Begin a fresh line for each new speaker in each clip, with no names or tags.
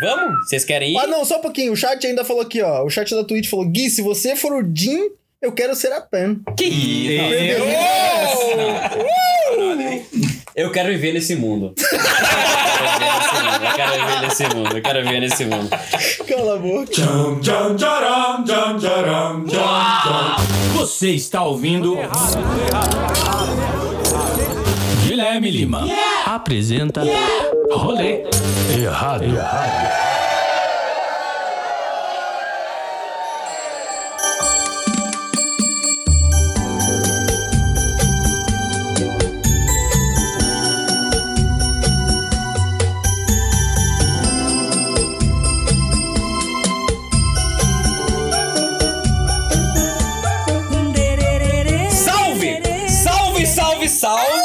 Vamos? Vocês querem ir?
Ah, não, só um pouquinho. O chat ainda falou aqui, ó. O chat da Twitch falou: Gui, se você for o Jim, eu quero ser a Pen.
Que isso?
Meu Deus!
Eu quero viver nesse mundo. Eu quero viver nesse mundo. Eu quero viver nesse mundo. Eu quero viver nesse mundo.
Cala a boca.
Tcham, tcham, tcharam, tcham, tcharam, tcham, tcham. Você está ouvindo. Guilherme Lima apresenta Rolê Errado.
Salve! Salve, salve, salve!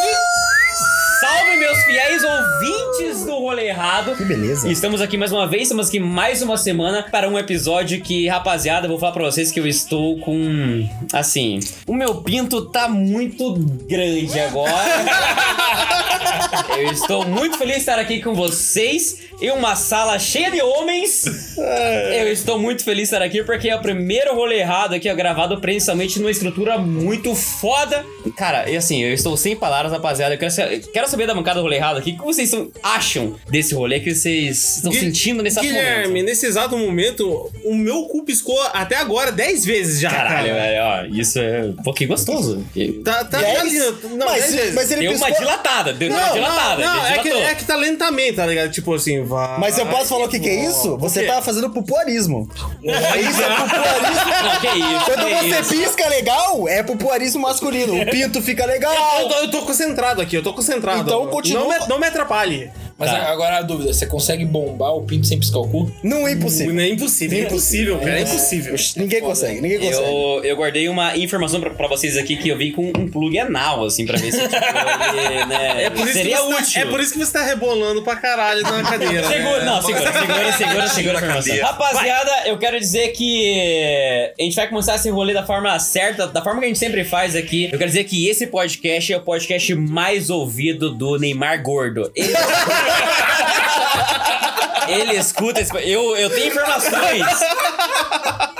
Salve, meus fiéis ouvintes do Rolê Errado.
Que beleza.
Estamos aqui mais uma vez, estamos aqui mais uma semana para um episódio que, rapaziada, vou falar pra vocês que eu estou com. Assim, o meu pinto tá muito grande agora. eu estou muito feliz de estar aqui com vocês em uma sala cheia de homens. Eu estou muito feliz de estar aqui porque é o primeiro rolê errado aqui, ó, gravado principalmente numa estrutura muito foda. Cara, e assim, eu estou sem palavras, rapaziada. Eu quero, sa- eu quero saber da bancada do rolê errado aqui. O que vocês são- acham desse rolê O que vocês estão
Gui-
sentindo nesse
Guilherme, né,
momento?
nesse exato momento, o meu cu piscou até agora 10 vezes já.
Caralho,
cara.
velho, ó, isso é um pouquinho gostoso. Eu-
Tá, tá,
Dez?
tá ligado? Não,
é mas,
10 vezes.
mas ele
Deu uma
piscou...
dilatada, deu uma
não,
dilatada,
não, não, é, que,
desilatou.
é que tá lentamente, tá ligado? Tipo assim, vai.
Mas eu posso falar o que, que é isso? Você
quê?
tá fazendo pupuarismo. isso é pupuarismo.
Não, que isso,
Quando
que
você
isso.
pisca legal, é pupuarismo masculino. O pinto fica legal.
Ah, Eu tô, eu tô concentrado aqui, eu tô concentrado.
Então continua.
Não me, não me atrapalhe.
Mas
Tá.
a- agora a dúvida, você consegue bombar o pinto sem piscar o cu?
Não é impossível.
É impossível, é impossível, cara, é impossível.
Ninguém consegue, ninguém consegue.
Eu, eu guardei uma informação pra, pra vocês aqui que eu vim com um plug anal, assim, pra ver se tipo, ele, né,
É por isso
seria
que você tá-
útil.
é por isso que você tá rebolando pra caralho na cadeira.
Segura,
né?
não, segura, segura, segura, segura a informação. Rapaziada, eu quero dizer que a gente vai começar esse rolê da forma certa, da forma que a gente sempre faz aqui. Eu quero dizer que esse podcast é o podcast mais ouvido do Neymar Gordo. Ele, Ele escuta esse eu Eu tenho informações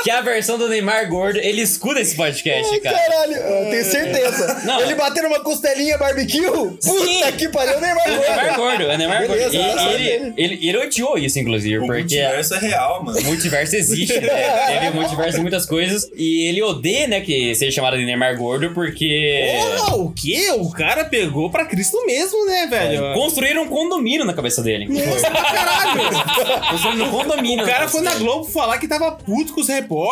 que a versão do Neymar Gordo, ele escuta esse podcast,
Ai,
cara. É.
Caralho, eu tenho certeza.
Não.
Ele bateu numa costelinha barbecue? Puta
Sim.
que pariu, Neymar
É o Neymar
Gordo.
Gordo, é o Neymar Gordo.
Beleza,
E
nossa,
ele,
dele.
ele, ele odiou isso, inclusive,
O
porque.
multiverso é real, mano.
O multiverso existe, né? Ele é multiverso de muitas coisas. E ele odeia, né, que seja chamado de Neymar Gordo, porque.
Porra, o quê? O cara pegou pra Cristo mesmo, né, velho?
Construíram um condomínio na cabeça dele. Construíram um condomínio.
O cara foi na Globo falar que tava puto com os repórter.
Pô,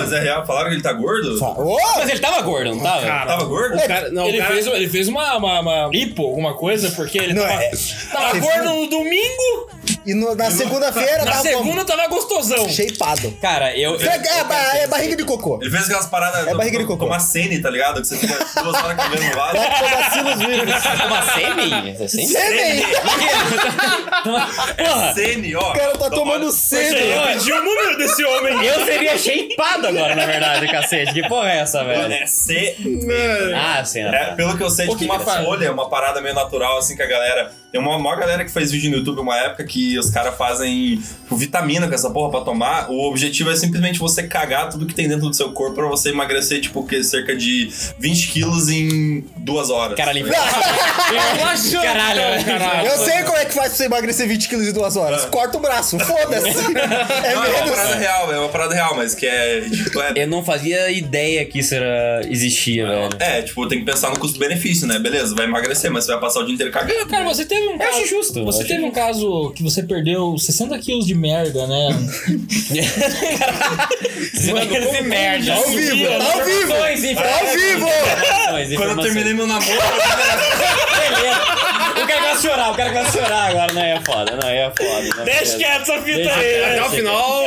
mas é real? Falaram que ele tá gordo?
Ô,
Mas ele tava gordo, não tava?
Cara,
Tava gordo?
É.
o cara, não, o
ele,
cara-
fez, ele fez uma, uma, uma lipo, alguma coisa, porque ele
Não,
tava,
é-
tava
Você
gordo
viu?
no domingo,
E no- na tá segunda-feira
na
tava
segunda tava gostosão.
cheipado.
Cara, eu.
É, é ba- é barriga de cocô.
Ele fez aquelas paradas.
É barriga de cocô.
Tomar sene, tá ligado? Que você fica duas horas comendo no vaso.
Lactobacilos vivos.
Toma sêmen? Você é sente?
é
Sêmen!
Toma- Porra!
Sene, ó.
O cara tá tomando sêmen.
Eu pedi o número desse homem! Eu seria shapeado agora, na verdade, cacete. Que porra é essa, velho?
É C.
Ah, sim.
É, pelo que eu sei,
O
tipo,
que
uma
que faz?
folha, uma parada meio natural, assim, que a galera. Tem uma maior galera que fez vídeo no YouTube uma época que os caras fazem tipo, vitamina com essa porra pra tomar. O objetivo é simplesmente você cagar tudo que tem dentro do seu corpo pra você emagrecer, tipo, que cerca de 20 quilos em duas horas.
Cara, limpa.
Relaxa,
Caralho,
então,
velho.
caralho.
Eu sei como é que faz pra você emagrecer 20 quilos em duas horas. Corta o braço, foda-se. É
É. Não, é uma parada
menos.
real, é uma parada real, mas que é. Tipo, é
Eu não fazia ideia que isso era... existia, velho.
É, tipo, tem que pensar no custo-benefício, né? Beleza, vai emagrecer, mas você vai passar o dia inteiro cagando. né?
Cara, você teve um caso...
acho justo,
Você
acho
teve um caso que você perdeu 60 quilos de merda, né?
Mano, que merda.
Ao vivo, tá ao vivo. Tá ao vivo.
Quando eu terminei meu namoro,
O cara vai chorar, o cara vai chorar agora. Não é foda, não é foda. não,
Deixa
beleza.
quieto essa fita
Deixa
aí.
quieto,
Até o
deixa
final.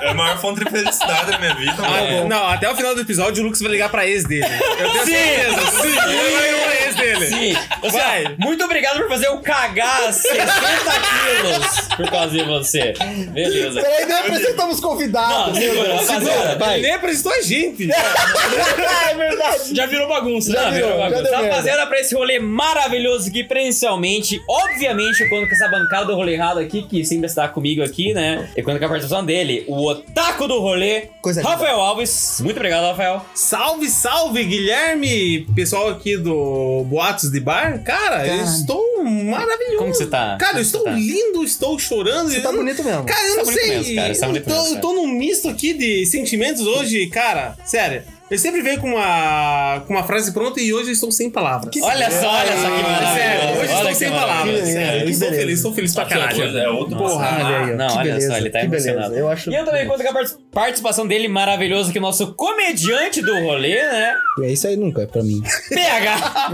é a maior fonte de felicidade da minha vida,
Ah,
mano.
Não, até o final do episódio o Lucas vai ligar pra ex dele. Eu tenho certeza, sim. Ele vai ligar pra ex dele.
Sim. Assim,
Vai.
ó, muito obrigado por fazer eu cagar 60 quilos por causa de você. Beleza.
Peraí, nem apresentamos
Não,
convidados. Meu
segura,
Deus.
rapaziada.
Segura, vai.
Nem apresentou a gente.
É verdade.
Já virou bagunça.
Já
Não,
virou,
meu
já
bagulho.
deu merda.
Rapaziada, pra esse rolê maravilhoso aqui, presencialmente. Obviamente, eu conto com essa bancada do rolê errado aqui, que sempre está comigo aqui, né? E quando com a participação dele, o otaku do rolê,
Coisa linda.
Rafael Alves. Muito obrigado, Rafael.
Salve, salve, Guilherme, pessoal aqui do Boatos de Bar. Cara, eu estou maravilhoso.
Como que você tá?
Cara,
Como
eu
que
estou
você tá?
lindo, estou chorando.
Você tá
Eu-
bonito mesmo.
Cara, eu
Tá
não
bonito
sei.
mesmo, cara, tá
eu,
bonito
tô,
mesmo,
eu tô num misto aqui de sentimentos hoje, cara. Sério. Eu sempre venho com uma, com uma frase pronta e hoje eu estou sem palavras.
tá? Olha só, olha só que maravilha.
Ah, Sério, é, hoje
olha
estou
que
sem
maravilha.
palavras.
Que
Sério,
beleza,
eu estou
que
feliz, estou feliz pra caralho.
É outro
Nossa.
porra.
Olha aí, ó.
Não,
que
olha
beleza,
só, ele tá
que beleza.
emocionado.
Eu acho.
E eu também conto com a par- participação dele maravilhoso, que é o nosso comediante do rolê, né?
É isso aí nunca é pra mim.
PH!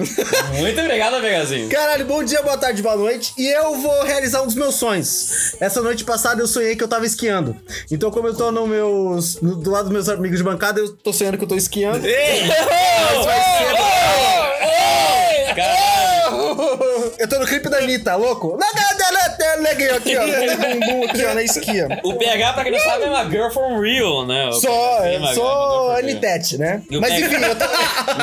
Muito obrigado, PHzinho.
Caralho, bom dia, boa tarde, boa noite. E eu vou realizar um dos meus sonhos. Essa noite passada eu sonhei que eu tava esquiando. Então, como eu tô no meus, no- do lado dos meus amigos de bancada, eu tô sonhando que eu tô esquiando. Eu tô no clipe da Anitta, louco? Aqui, ó. Tem bumbum aqui, ó, na esquia.
O PH, pra quem não sabe, é uma girl from real, né? O
Só,
PHzinho é uma girl
só
from real.
Anitete, né?
E o
Mas
Pega-
enfim, eu tô,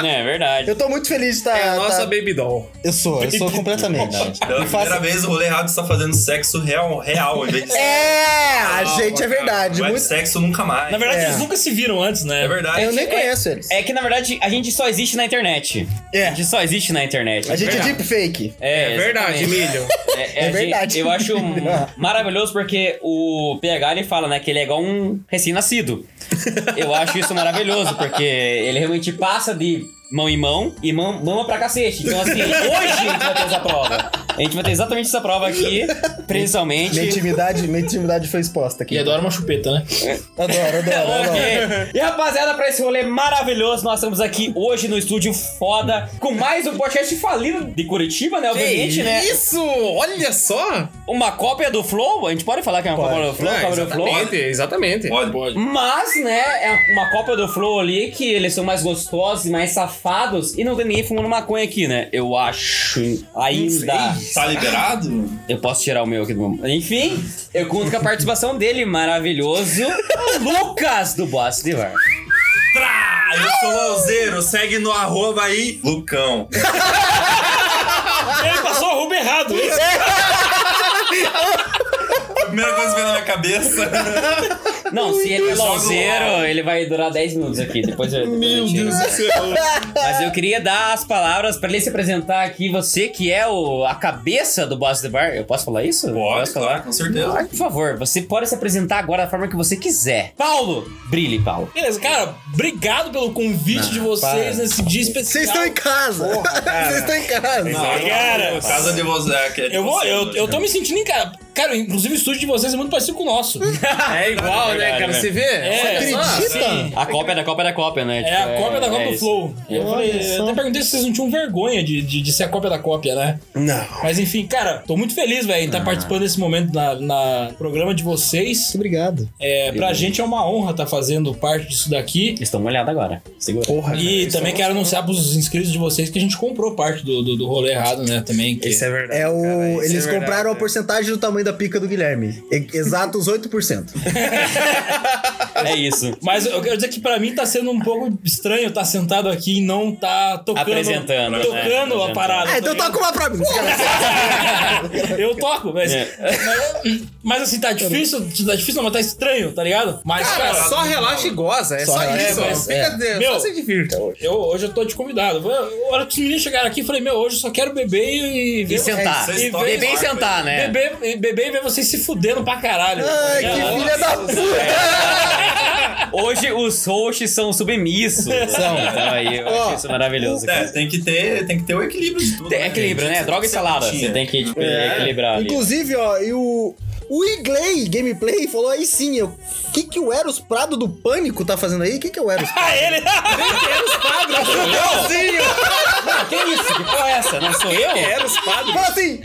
Né, é verdade.
eu tô muito feliz de estar.
É a nossa
tá-
baby doll.
Eu sou, eu sou completamente.
Pela
Não faça-
primeira vez, o rolê errado está fazendo sexo real, real em vez de
É, a gente é verdade.
Vai de
Muito...
sexo nunca mais.
Na verdade,
É.
eles nunca se viram antes, né?
é verdade.
Eu nem
É-
conheço eles.
É que, na verdade, a gente só existe na internet.
É.
A gente só existe na internet.
A gente
Verdade.
é deepfake.
É,
É verdade,
exatamente. É,
Emílio.
É
a gente-
verdade.
eu acho maravilhoso porque o PH ele fala, né, que ele é igual um recém-nascido. Eu acho isso maravilhoso, porque ele realmente passa de mão em mão e mão, mama pra cacete. Então, assim, hoje a gente vai ter essa prova. A gente vai ter exatamente essa prova aqui,
Minha
principalmente.
intimidade, minha intimidade foi exposta aqui.
E adora uma chupeta, né?
Adoro, adoro, adoro.
Ok. E rapaziada, pra esse rolê maravilhoso, nós estamos aqui hoje no estúdio foda, com mais um podcast falido de Curitiba, né? Obviamente, né?
Isso, olha só.
Uma cópia do Flow, a gente pode falar que é uma
Pode.
cópia do Flow,
Ah,
cópia do Flow.
exatamente, exatamente.
Pode, pode.
Mas, né, é uma cópia do Flow ali que eles são mais gostosos e mais safados e não tem ninguém fumando maconha aqui, né? Eu acho ainda.
Tá liberado?
Eu posso tirar o meu aqui do meu. Enfim, eu conto com a participação dele, maravilhoso, Lucas do Boss de Var.
Trá! Eu sou Lauzeiro, segue no arroba aí. Lucão.
Ele passou o roubo errado.
A É. primeira coisa que veio na minha cabeça.
Não, se ele é
Deus.
lauzeiro, ele vai durar 10 minutos aqui. Depois eu. depois eu
Meu
tiro.
Deus do céu.
Mas eu queria dar as palavras pra ele se apresentar aqui. Você que é o, a cabeça do Boss de Bar. Eu posso falar isso?
Pode,
Posso falar?
claro, com certeza.
Por favor, você pode se apresentar agora da forma que você quiser. Paulo, brilhe, Paulo.
Beleza, cara, obrigado pelo convite de vocês nesse dia especial.
Vocês estão em casa. Vocês estão em casa.
cara.
Casa de você. é que é de
Eu vou,
você,
eu,
né?
eu tô me sentindo em casa. Cara, inclusive o estúdio de vocês é muito parecido com o nosso.
É igual,
É verdade,
né, cara?
né?
Você vê?
É,
Olha só.
Acredita?
A cópia da cópia da cópia, né?
É a cópia da cópia do Flow. Eu,
É.
Olha
falei,
só.
eu até perguntei se vocês não tinham vergonha de, de, de ser a cópia da cópia, né?
Não.
Mas enfim, cara, tô muito feliz, velho, em
Ah.
estar participando desse momento na, na programa de vocês.
Muito obrigado.
É, pra gente é uma honra estar fazendo parte disso daqui.
Estão molhados agora. Segura.
Porra.
é um
E também quero anunciar pros inscritos de vocês que a gente comprou parte do, do, do rolê errado, né? Também. Que...
Isso é verdade.
É o,
cara, isso
eles
é verdade,
compraram a
né?
porcentagem do tamanho da pica do Guilherme. E- Exatos 8%.
É isso.
Mas eu quero dizer que pra mim tá sendo um pouco estranho estar sentado aqui e não tá tocando.
Apresentando, né?
Tocando a
Apresentando.
parada.
ah, então
tá ligado?
toca uma pra mim.
Eu toco, mas.
É.
mas- Mas assim, tá difícil, tá difícil, não, mas tá estranho, tá ligado? Mas,
Cara,
cara,
só relaxa e goza. É só,
Só relaxa,
isso.
mas-
fica,
é.
Meu,
Meu,
só se divirta.
eu, hoje eu tô de convidado. Eu- A hora que os meninos chegaram aqui, eu falei, meu, hoje eu só quero beber e ver.
E sentar.
vocês
E
tocam
ver-
Beber e
barco,
sentar, né?
Beber, e beber e ver vocês se fudendo pra caralho.
Ai,
tá ligado?
que filha da puta.
Hoje os hosts são submissos. São. Então aí eu
Ó,
acho isso maravilhoso.
É, tem que ter, tem que ter o equilíbrio de tudo.
Tem equilíbrio, né? Droga e salada. Você tem que tipo, equilibrar ali.
Inclusive, ó, e o. O Igley Gameplay falou aí sim, eu- o que, que o Eros Prado do Pânico tá fazendo aí? O que, que o Eros Prado? assim,
Ah, ele!
Ah, que isso? Que porra é essa? Não sou eu?
Era os padres.
Fala assim!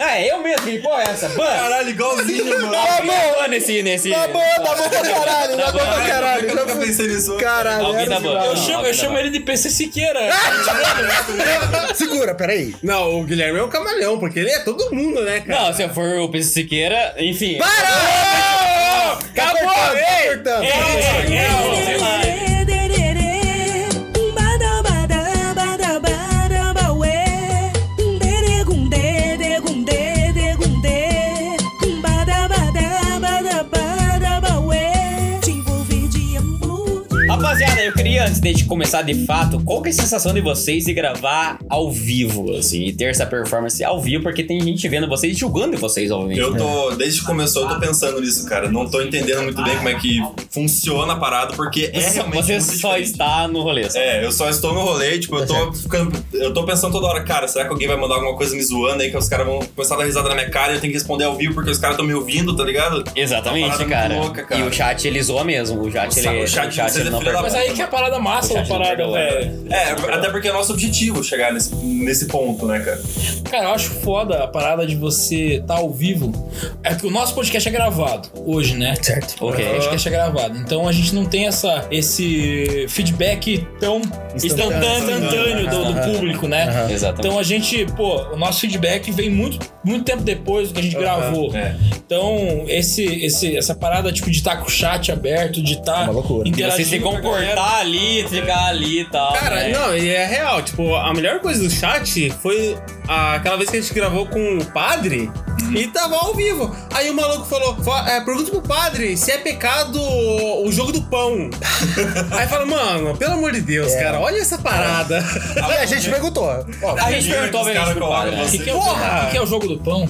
Ah, é eu mesmo? Que porra é essa? Ban!
Caralho, igualzinho, mano.
Ban nesse, nesse.
Tá bom, tá bom pra caralho, tá bom pra caralho.
Eu nunca pensei nisso.
Caralho,
Alguém
era
dá
demais.
ban.
Eu chamo, eu chamo ele de PC Siqueira.
Segura, peraí.
Não, o Guilherme é um camaleão, porque ele é todo mundo, né, cara?
Não, se eu for o PC Siqueira, enfim.
Para!
Acabou,
cortando, tá
ei!
cortando.
Ei, ei, ei,
Não,
sei lá. Rapaziada, eu queria, antes de gente começar de fato, qual que é a sensação de vocês de gravar ao vivo, assim, e ter essa performance ao vivo, porque tem gente vendo vocês e julgando vocês, obviamente.
Eu tô, desde que começou, eu tô pensando nisso, cara. Não tô entendendo muito bem como é que funciona a parada, porque é
Você-
realmente
você
muito
só
diferente.
está Tá no rolê. só.
É, eu só estou no rolê, tipo, eu tô ficando. Eu tô pensando toda hora, cara, será que alguém vai mandar alguma coisa me zoando aí que os caras vão começar a dar risada na minha cara e eu tenho que responder ao vivo porque os caras estão me ouvindo, tá ligado?
Exatamente,
Uma parada
cara.
muito louca, cara.
E o chat ele zoa mesmo. O chat
O
ele.
sa- o chat de vocês
ele
é
não
filho da
perdoa.
Mas aí que é a parada massa da
Puxa, Tá a gente
parada,
não perdoa,
velho.
É, até porque é nosso objetivo chegar nesse, nesse ponto, né, cara?
Cara, eu acho foda a parada de você estar ao vivo. É porque o nosso podcast é gravado hoje, né? Certo. O
Ok.
podcast é gravado. Então a gente não tem essa, esse feedback tão instantâneo, instantâneo do, do público, né?
Exatamente.
Então a gente, pô, o nosso feedback vem muito, muito tempo depois do que a gente gravou.
É.
Então, esse, esse, essa parada tipo, de estar com o chat aberto, de estar.
uma loucura.
E você
interagindo
se
com a galera.
comportar ali, ficar ali e tal.
Cara,
né?
não, e é real. Tipo, a melhor coisa do chat foi a- aquela vez que a gente gravou com o padre e tava ao vivo. Aí o maluco falou: fa- é, pergunta pro padre se é pecado o jogo do pão. Aí fala, mano, pelo amor de Deus, cara, olha essa parada.
É, a gente perguntou. Ó,
A gente perguntou,
Os
obviamente,
caras
pro
colocam
padre, né?
O que, que
você.
é o, o que
Ah,
que é o jogo do pão?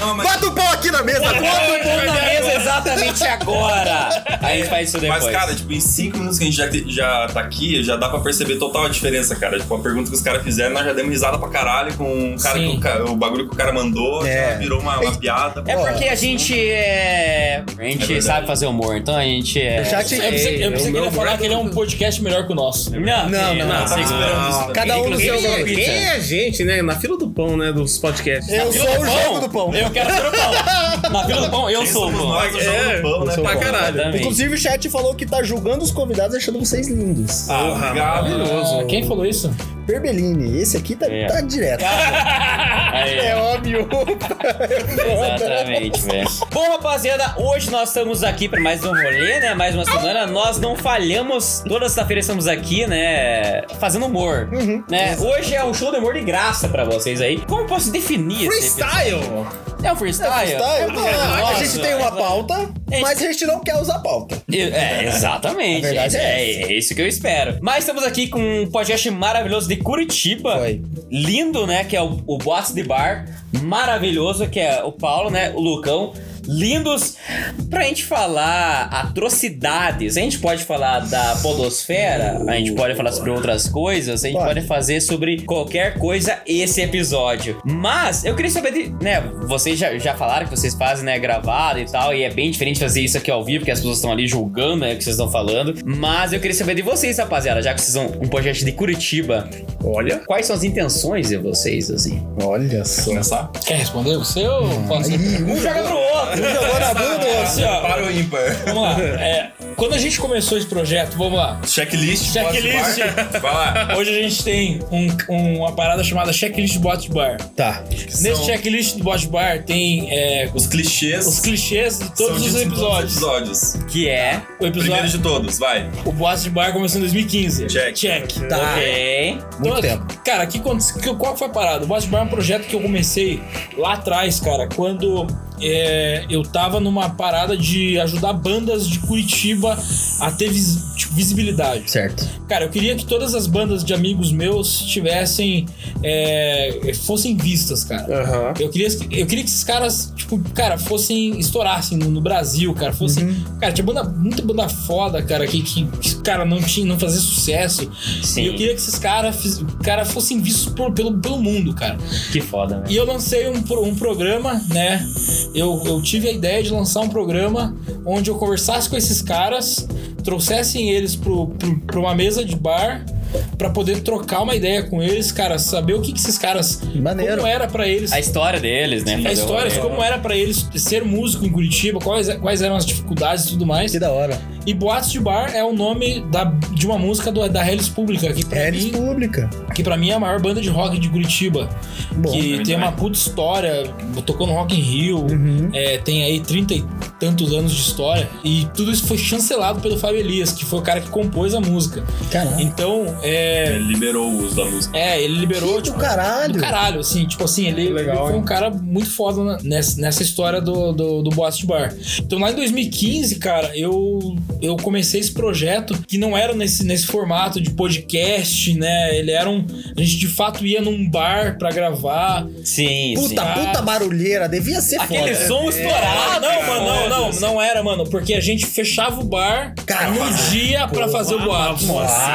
Não, mas,
Bota o pão aqui na mesa.
Todo mundo na mesa exatamente agora. Aí a gente faz isso depois.
mas, cara, tipo, em cinco minutos que a gente já, te- já tá aqui, já dá pra perceber total a diferença, cara. Tipo, a pergunta que os caras fizeram, nós já demos risada pra caralho com o, cara que
Sim.
o, ca- o bagulho que o cara mandou,
É.
já virou uma, uma piada.
é porque a gente é. A
É
gente
verdade.
sabe fazer humor, então a gente é.
O chat-
Eu pensei, eu
Ei, o
pensei que ele
meu
ia falar
humor
que ele é um podcast melhor que o nosso.
Não,
Não,
sim,
não,
É não.
não.
Sei que esperamos isso também.
Cada um no seu
Inclusive,
lugar.
Quem é a gente, né? Na fila do pão, né? Dos podcasts.
Eu
É
sou o jogo do pão.
Eu quero ser o pão. Na fila do pão, eu
Quem
sou o
somos
pão.
nós, o jogo do pão, né?
pra
pô?
caralho.
Exatamente.
Inclusive, o chat falou que tá julgando os convidados achando vocês lindos.
Ah,
Ah,
maravilhoso.
quem falou isso?
Perbellini, esse aqui tá,
É.
tá direto.
Aí,
É óbvio.
Exatamente, velho. Bom, rapaziada, hoje nós estamos aqui pra mais um rolê, né? Mais uma semana. Nós não falhamos. Toda sexta-feira estamos aqui, né? Fazendo humor. Né? Hoje é um show de humor de graça pra vocês aí. Como eu posso definir esse episódio?
Freestyle!
É um freestyle?
Tá, eu-
Nossa,
a gente tem uma pauta, mas a gente não quer usar pauta.
É, exatamente.
A verdade
é,
é
é isso que eu espero. Mas estamos aqui com um podcast maravilhoso de Curitiba.
Foi.
Lindo, né? Que é o, o Boatos de Bar. Maravilhoso, que é o Paulo, né? O Lucão. Lindos. Pra gente falar atrocidades. A gente pode falar da podosfera. A gente pode falar sobre outras coisas. A gente pode
Pode.
fazer sobre qualquer coisa esse episódio. Mas eu queria saber, de- né? Vocês já, já falaram que vocês fazem, né? Gravado e tal, e é bem diferente fazer isso aqui ao vivo, porque as pessoas estão ali julgando né, o que vocês estão falando. Mas eu queria saber de vocês, rapaziada, já que vocês são um podcast de Curitiba,
Olha.
quais são as intenções de vocês, assim?
Olha só.
Começar?
Quer responder você ou pode ser?
Um joga pro outro!
Jogou na bunda.
Assim, ó,
Para o ímpar.
vamos lá. É, quando a gente começou esse projeto, vamos lá.
Checklist.
Checklist.
posso- Vai lá.
Hoje a gente tem um- um- uma parada chamada checklist do Bot Bar.
Tá.
Nesse checklist do Bot Bar tem é,
Os clichês.
os clichês de
são
todos os
ditos em
episódios.
episódios.
Que é.
O
Primeiro
episódio,
de todos, vai.
o Bot Bar começou em 2015.
Check.
Check.
tá. Ok.
Então,
Muito tempo.
Cara, que, aconte- que- qual foi a parada? O Boss Bar é um projeto que eu comecei lá atrás, cara, quando é, eu tava numa parada de ajudar bandas de Curitiba a ter vis- tipo, visibilidade.
Certo.
Cara, eu queria que todas as bandas de amigos meus tivessem. é, fossem vistas, cara.
Aham.
Eu queria, eu queria que esses caras, tipo, cara, fossem, estourassem no, no Brasil, cara, fossem. Cara, tinha banda, muita banda foda, cara, que, que, que, cara, não tinha, não fazia sucesso.
Sim.
E eu queria que esses caras fiz- cara, fossem vistos por- pelo, pelo mundo, cara.
Que foda, né? velho.
E eu lancei um, pro- um programa, né? Eu, eu tive a ideia de lançar um programa onde eu conversasse com esses caras, trouxessem eles pro, pro- pra uma mesa de bar pra poder trocar uma ideia com eles, cara, saber o que, que esses caras.
Maneiro.
Como era pra eles.
A história deles, né?
A
fazer o
história,
rolê.
como era pra eles ser músico em Curitiba, quais, quais eram as dificuldades e tudo mais.
Que da hora.
E Boatos de Bar é o nome da, de uma música do- da Hellis Pública, que pra,
Eles
mim,
É pública.
que pra mim é a maior banda de rock de Curitiba.
Bom,
que tem uma puta história, tocou no Rock in Rio, é, tem aí 30 e tantos anos de história. E tudo isso foi chancelado pelo Fábio Elias, que foi o cara que compôs a música.
Caralho.
Então, é,
Ele liberou o uso da música.
é ele liberou...
Que do
tipo,
caralho.
do caralho, assim, tipo assim, ele,
Legal,
ele foi
hein?
um cara muito foda na- nessa, nessa história do, do, do Boate de Bar. Então lá em 2015, cara, eu, eu comecei esse projeto que não era nesse, nesse formato de podcast, né? Ele era um. A gente de fato ia num bar pra gravar.
Sim,
Puta,
sim.
puta barulheira. Devia ser
assim. Aquele
foda.
som
Ah,
estourado.
não, mano, não, não, não era, mano. Porque a gente fechava o bar no dia pra fazer o boato.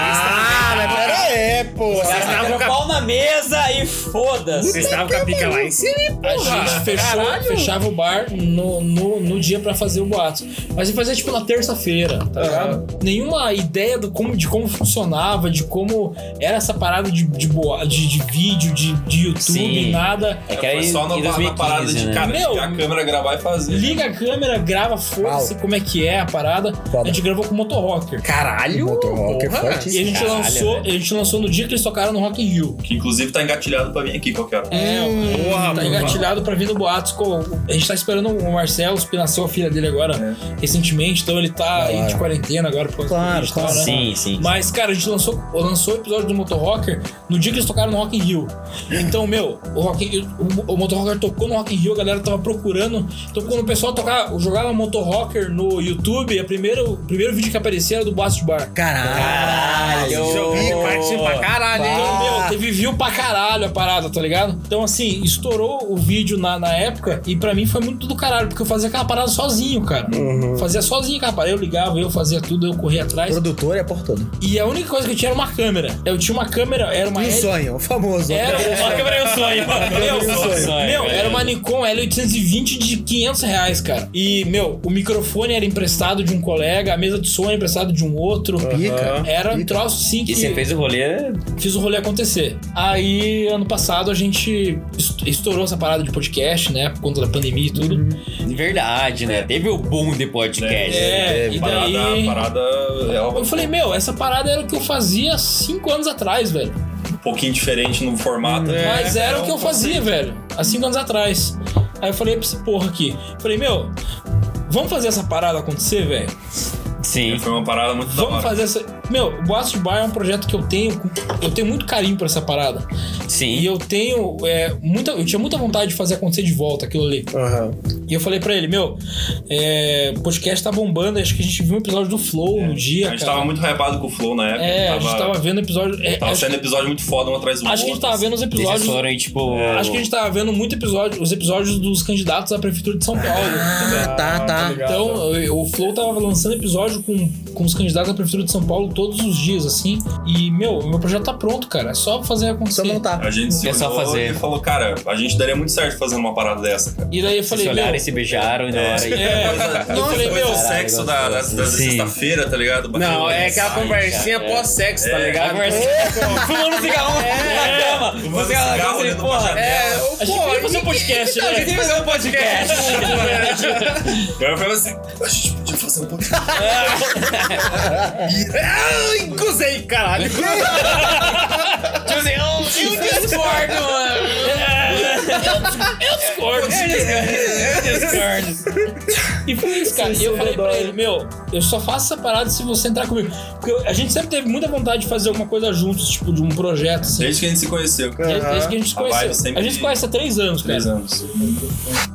Ah, mas pera aí, pô.
Cara,
estavam com a-
pau na mesa e foda-se.
Vocês estavam com a pica lá em cima.
A gente fechou, fechava o bar no, no, no dia pra fazer o boato. Mas ele fazia tipo na terça-feira, tá ligado? Nenhuma ideia do como, de como funcionava, de como era essa parada de, de, boa, de, de vídeo, de, de YouTube,
Sim.
nada.
É que
Foi
aí
só no-
em
na
2015,
parada de
né?
cara,
Meu,
ligar a câmera, gravar e
Uhum.
fazer.
Liga a câmera, grava, foda-se como é que é a parada.
Foda.
A gente gravou com o Motorrocker.
Caralho. Motorrocker
porra.
E a
fortíssimo.
gente,
Caralho,
lançou,
velho.
a gente lançou no dia que eles tocaram no Rock in Rio.
Que inclusive tá engatilhado pra vir aqui qualquer hora.
É,
Porra,
tá
mano.
engatilhado pra vir no boatos. com- A gente tá esperando o Marcelo, que nasceu a filha dele agora recentemente, então ele tá aí de quarentena agora por causa
Claro,
do Covid e tal,
claro.
né?
Sim, sim.
Mas, cara, a gente lançou, lançou o episódio do Motor Rocker no dia que eles tocaram no Rock in Rio. Então, meu, o, Rock in- o, o Motor Rocker tocou no Rock in Rio, a galera tava procurando. Então, quando o pessoal tocava, jogava Motor Rocker no YouTube, a primeira- o primeiro vídeo que aparecia era do Blast Bar.
Caralho.
Joguinho partiu pra caralho, hein?
Então, meu, teve view pra caralho a parada, tá ligado? Então, assim, estourou o vídeo na, na época e pra mim foi muito do caralho, porque eu fazia aquela parada sozinho, cara.
Uhum.
Fazia sozinho aquela parada. Eu ligava, eu fazia tudo, eu corria atrás.
Produtor e a porra toda.
E a única coisa que eu tinha era uma câmera. Eu tinha uma câmera, era uma.
E o
L-
Um sonho, um o famoso.
Era uma câmera um
eu sonho, mano.
meu,
um
sonho,
meu,
velho.
era uma Nikon L820 de 500 reais, cara. E, meu, o microfone era emprestado de um colega, a mesa de som era emprestada de um outro.
Pica.
Era um
Pica.
troço sim que
E você fez o rolê
fiz o rolê acontecer. Aí, ano passado, a gente est- estourou essa parada de podcast, né? Por conta da pandemia e tudo.
Uhum.
de verdade, né? Teve o boom de podcast.
É, e
parada,
daí.
parada é
Eu falei, meu, essa parada era o que eu fazia cinco anos atrás, velho.
um pouquinho diferente no formato. né?
Mas era o que eu
um
fazia, velho. Há cinco anos atrás. Aí eu falei pra esse porra aqui. Falei, meu, vamos fazer essa parada acontecer, velho?
Sim.
Foi uma parada muito da
Vamos
hora.
fazer essa. Meu, o Boato de Bar é um projeto que eu tenho. Eu tenho muito carinho por essa parada. E
Sim.
eu tenho. é, muita, eu tinha muita vontade de fazer acontecer de volta aquilo ali. E eu falei pra ele, meu, é, o podcast tá bombando, acho que a gente viu um episódio do Flow no dia.
É, A gente
cara.
tava muito hypado com o Flow na época.
É,
tava,
a gente tava vendo episódio. é,
tava
acho,
sendo episódio muito foda um atrás do
acho que a
outro.
gente tava vendo os
Eles
episódios.
foram, tipo.
Acho que a gente tava vendo muito episódio, os episódios dos candidatos à prefeitura de São Paulo.
Ah, tá, tá.
Então, o o Flow tava lançando episódio com, com os candidatos à prefeitura de São Paulo todos os dias, assim. E, meu, meu projeto tá pronto, cara. É só fazer acontecer.
Só montar.
A gente se
É só
olhou
fazer.
e falou, cara, a gente daria muito certo fazendo uma parada dessa, cara.
E daí eu falei,
se olharam
meu,
e se beijaram e na hora. e-
É, eu
Nossa,
falei,
depois
meu.
do sexo da, da, da
Sim.
sexta-feira, tá ligado? Bateu
Não, é
um
aquela
ensaio,
conversinha
já, é.
pós-sexo, tá
É,
ligado?
Conversa- Fumando cigarrão na cama.
Fumando
Fumando cigarrão na
cigarro
cama. assim,
dentro de uma
Porra.
janela.
É,
A
o
A gente podia fazer um podcast,
A
tá
né?
gente tem que fazer um podcast.
Eu falei assim, a gente podia fazer um pouquinho.
Ai, Gozei, Ah, caralho.
Tipo assim, eu- eu discordo, mano. Eu discordo.
E foi isso, cara. E eu falei pra ele, meu, eu só faço essa parada se você entrar comigo. Porque eu- a gente sempre teve muita vontade de fazer alguma coisa juntos, tipo, de um projeto, assim.
Desde que a gente se conheceu.
Desde, desde que a gente se
A vibe
conheceu.
sempre-
A gente se conhece há três anos, cara.
Três anos.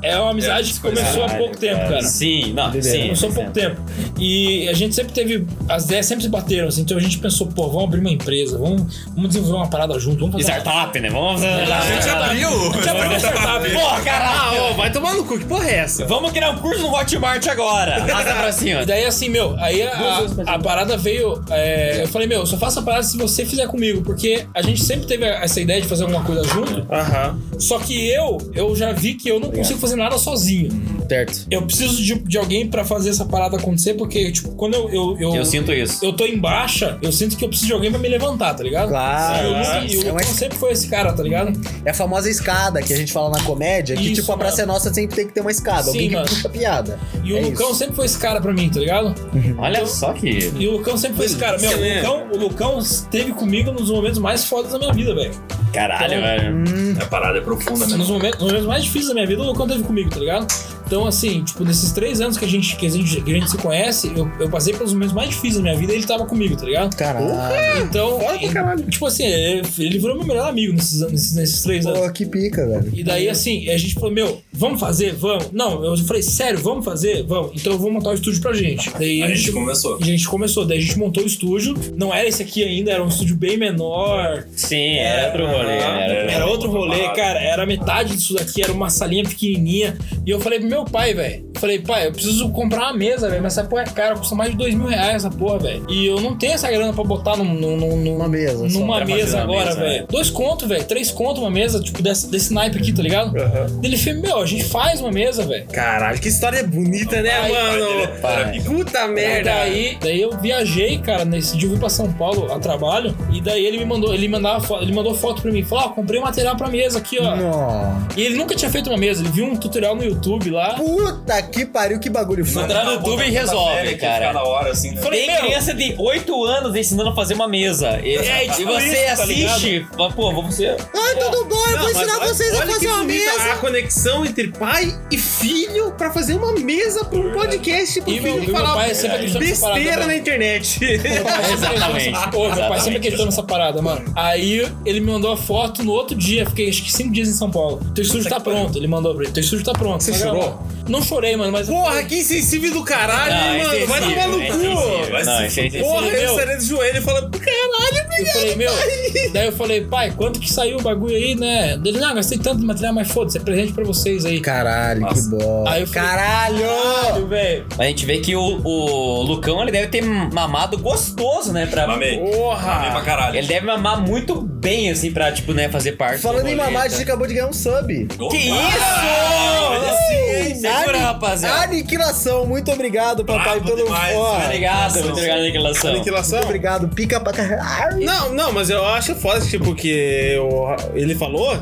É uma
É, a
amizade
gente
que
se
começou há
Caralho,
um pouco tempo,
cara.
cara.
Sim, não, sim. um
Começou há pouco tempo. E a gente sempre teve. As ideias sempre se bateram, assim. Então a gente pensou, pô, vamos abrir uma empresa, vamos, vamos desenvolver uma parada junto, vamos
E
fazer. uma-
Startup, né? Vamos.
A gente
abriu.
Já abriu uma startup.
Porra,
Ah,
caralho.
ô, vai tomar no cu, que porra é essa?
Vamos criar um curso no Hotmart agora. Arrasta pra cima.
E daí, assim, meu, aí a, a parada veio. é, eu falei, meu, eu só faço a parada se você fizer comigo, porque a gente sempre teve essa ideia de fazer alguma coisa junto.
Aham.
Só que eu, eu já vi que eu não consigo fazer nada sozinho.
Certo.
Eu preciso de, de alguém pra fazer essa parada acontecer, porque, tipo, quando eu. Eu, eu,
Eu sinto isso.
eu tô em baixa, eu sinto que eu preciso de alguém pra me levantar, tá ligado?
Claro.
E eu nunca- E o
É uma-
Lucão sempre foi esse cara, tá ligado?
É a famosa escada que a gente fala na comédia, que
Isso,
tipo, a praça é nossa sempre tem que ter uma escada.
Sim,
alguém que
mano.
puxa a piada.
E o
É
Lucão
isso.
sempre foi esse cara pra mim, tá ligado?
Olha só que.
E o Lucão sempre foi esse cara. Meu, o Lucão, o Lucão esteve comigo nos momentos mais fodas da minha vida, velho. Então,
Caralho, velho.
A parada é profunda, né?
tá Nos momentos, nos momentos mais difíceis da minha vida, o Lucão teve comigo, tá ligado? Então, assim, tipo, nesses três anos que a gente, que a gente, que a gente se conhece, eu, eu passei pelos momentos mais difíceis da minha vida e ele tava comigo, tá ligado?
Caralho.
Então, e- tipo assim, é- ele virou meu melhor amigo nesses, anos- nesses, nesses três anos.
Pô, que pica, velho.
E daí, assim, a gente falou, meu, vamos fazer? Vamos. Não, eu falei, sério, vamos fazer? Vamos. Então eu vou montar o estúdio pra gente. Daí
A gente começou.
E a gente começou, daí a gente montou o estúdio. Não era esse aqui ainda, era um estúdio bem menor.
Sim,
é,
era outro rolê. Era,
Era outro rolê,
parada.
cara. Era metade disso daqui, era uma salinha pequenininha. E eu falei pro meu pai, velho. eu Falei, pai, eu preciso comprar uma mesa, velho. Mas essa porra é cara, custa mais de dois mil reais essa porra, velho. E eu não tenho essa grana pra botar num, num, num- num-
Uma mesa. só.
numa
pra É fazer
mesa
uma
agora,
mesa, né?
velho. Dois conto, velho. Três conto uma mesa, tipo, desse, desse naipe aqui, tá ligado? Ele falou, meu, a gente faz uma mesa, velho.
Caralho, que história bonita, né,
Ai,
mano? Puta merda.
Daí, daí eu viajei, cara, nesse dia eu vim pra São Paulo a trabalho, e daí ele me mandou, ele mandava fo- ele mandou foto pra mim, falou, ó, comprei um material pra mesa aqui, ó.
Nossa.
E ele nunca tinha feito uma mesa, ele viu um tutorial no YouTube lá.
Puta que pariu, que bagulho foda.
Entrar no YouTube e resolve, cara.
Cada hora, assim, né?
Falei,
Tem
meu,
criança de 8 anos ensinando a fazer uma mesa. E,
É, tipo
e você
isso, tá
assiste. fala, Pô, vamos ser.
Ai, tudo bom, eu
Não,
vou
mas
ensinar
olha-
vocês a
olha
fazer
que
uma
bonita
mesa.
A conexão entre pai e filho pra fazer uma mesa pra um podcast pro
E meu, e
filho
meu
falar
pai sempre acreditou nessa parada.
besteira
velho.
na internet.
Meu pai sempre acreditou nessa-
Exatamente.
Pô, Meu pai sempre
Exatamente.
acreditou nessa parada, mano. Aí ele me mandou a foto no outro dia, fiquei acho que cinco dias em São Paulo. Teu estúdio tá pronto, ele mandou pra ele. Teu estúdio tá pronto.
Você
tá gravado.
chorou?
Não chorei, mano, mas.
Porra, que insensível do caralho, hein,
é
mano. Vai
insensível,
tomar no
é
cu.
insensível.
Vai
Não, isso
se
é insensível.
Porra,
Meu.
eu estaria de joelho e falando, caralho,
Eu falei, meu. Daí eu falei, pai, quanto que saiu o bagulho aí, né? Ele, não, gastei tanto de material, mas foda-se, é presente pra vocês aí.
Caralho, que bom.
Aí eu falei,
Caralho!
Caralho, velho.
Mas a gente vê que o, o Lucão ele deve ter mamado gostoso, né? Pra,
Mamei. Mamei pra
Porra!
caralho.
Ele deve mamar muito bem, assim, pra, tipo, né, fazer parte.
Falando
do
em
rolê,
mamar, a
tá?
gente acabou de ganhar um sub.
Que isso!
Olha assim, hein?
Segura, rapaziada. tá
Aniquilação, muito obrigado, papai,
Brabo
pelo.
demais,
Ó,
cara.
Obrigado, muito obrigado pela declaração.
Aniquilação.
muito obrigado, pica pra caralho.
Não, não, mas eu acho foda, tipo, que eu- ele falou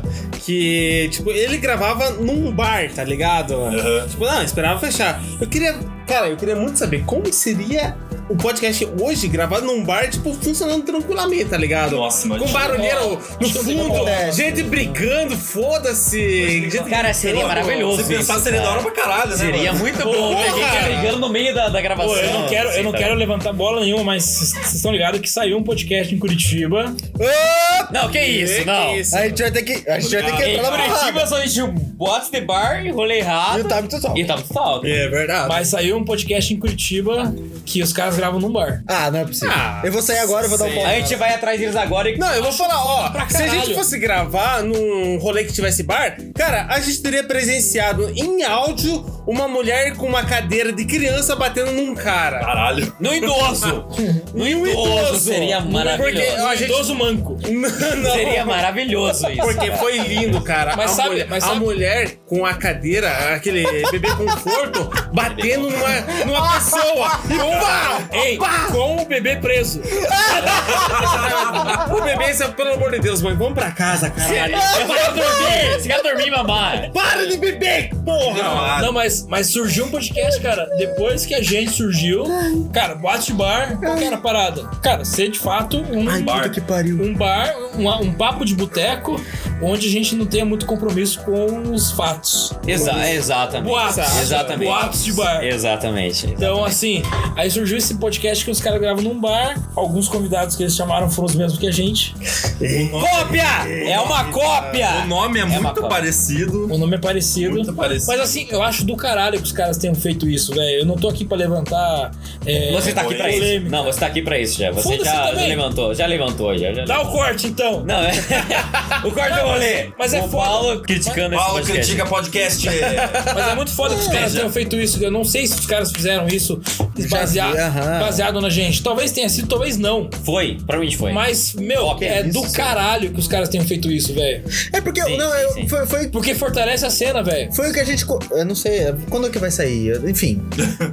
que, tipo, ele gravava num bar, tá ligado?
Aham.
Tipo, não, esperava fechar. Eu queria, cara, eu queria muito saber como seria o podcast hoje gravado num bar, tipo, funcionando tranquilamente, tá ligado?
Nossa, mano.
Com barulheira no
Acho que eu sei
fundo,
como
é.
gente brigando, foda-se. gente-
Cara, seria maravilhoso.
Se pensar,
isso,
seria
cara.
da hora pra caralho, né?
Seria
mano?
muito bom, né? A gente
Porra!
brigando no meio da, da gravação.
Pô, eu não quero, eu
assim,
não
tá
quero
ligado?
levantar bola nenhuma, mas vocês estão ligados que saiu um podcast em Curitiba.
tá.
Não, que É isso, não.
Que é isso?
A gente vai ter que. A gente vai ter que
Em
entrar na porrada.
Curitiba só existe o What's the Bar, rolê
E
errado
o time to
e
talk.
tá muito alto.
É verdade.
Mas saiu um podcast em Curitiba que os caras gravam num bar.
Ah, não é possível.
Ah,
eu vou sair agora, eu vou dar um
A
pau.
gente vai atrás deles agora e.
Não, eu vou falar, ó,
pra
se a gente
caralho.
fosse gravar num rolê que tivesse bar, cara, a gente teria presenciado em áudio uma mulher com uma cadeira de criança batendo num cara.
Caralho.
No idoso! No
E um
idoso seria
Porque
maravilhoso.
a
Um
gente...
idoso manco.
Não, não.
Seria maravilhoso isso.
Porque
cara.
foi lindo, cara.
Mas
a
sabe-
mulher,
mas
a
sabe-
mulher com a cadeira, aquele bebê conforto, batendo numa, numa pessoa. E pá,
Ei, com o bebê preso.
O bebê, sabe, pelo amor de Deus, mãe, vamos pra casa, cara.
Eu quero dormir! Você quer dormir, mamãe?
Para de beber, porra!
Não,
Não, mas, mas surgiu um podcast, cara. Depois que a gente surgiu, cara, bate bar, qual que era a parada? Cara, ser de fato um
Ai,
bar.
puta que pariu.
Um bar, um, um papo de boteco, onde a gente não tenha muito compromisso com os fatos.
Exa exatamente.
Boatos.
Exatamente.
Boatos de bar.
Exatamente.
Então, assim, aí surgiu esse podcast que os caras gravam num bar. Alguns convidados que eles chamaram foram os mesmos que a gente.
Cópia! É uma cópia!
O nome é,
uma
muito
cópia.
parecido.
O nome é parecido.
Muito parecido.
Mas assim, eu acho do caralho que os caras tenham feito isso, velho. Eu não tô aqui pra levantar. é,
Você tá aqui pra isso.
polêmica.
Não, você tá aqui pra isso já. Você
Foda-se
já, já
também.
levantou, já levantou já. já
Dá o corte então!
Não, é. O corte eu vou
rolê.
Mas é
o
foda.
Paulo criticando esse
Paulo
podcast.
critica podcast.
Mas é muito foda que os caras tenham feito isso. Eu não sei se os caras fizeram isso baseado,
vi, aham.
baseado na gente. Talvez tenha sido, talvez não.
Foi, provavelmente foi.
Mas, meu,
Ó, que
é
isso,
do
sim.
caralho que os caras tenham feito isso, velho.
É porque. eu-
Sim,
não,
sim,
eu-
sim.
foi- foi
Porque fortalece a cena, velho.
Foi o que a gente. co- Eu não sei. Quando é que vai sair? Eu- Enfim.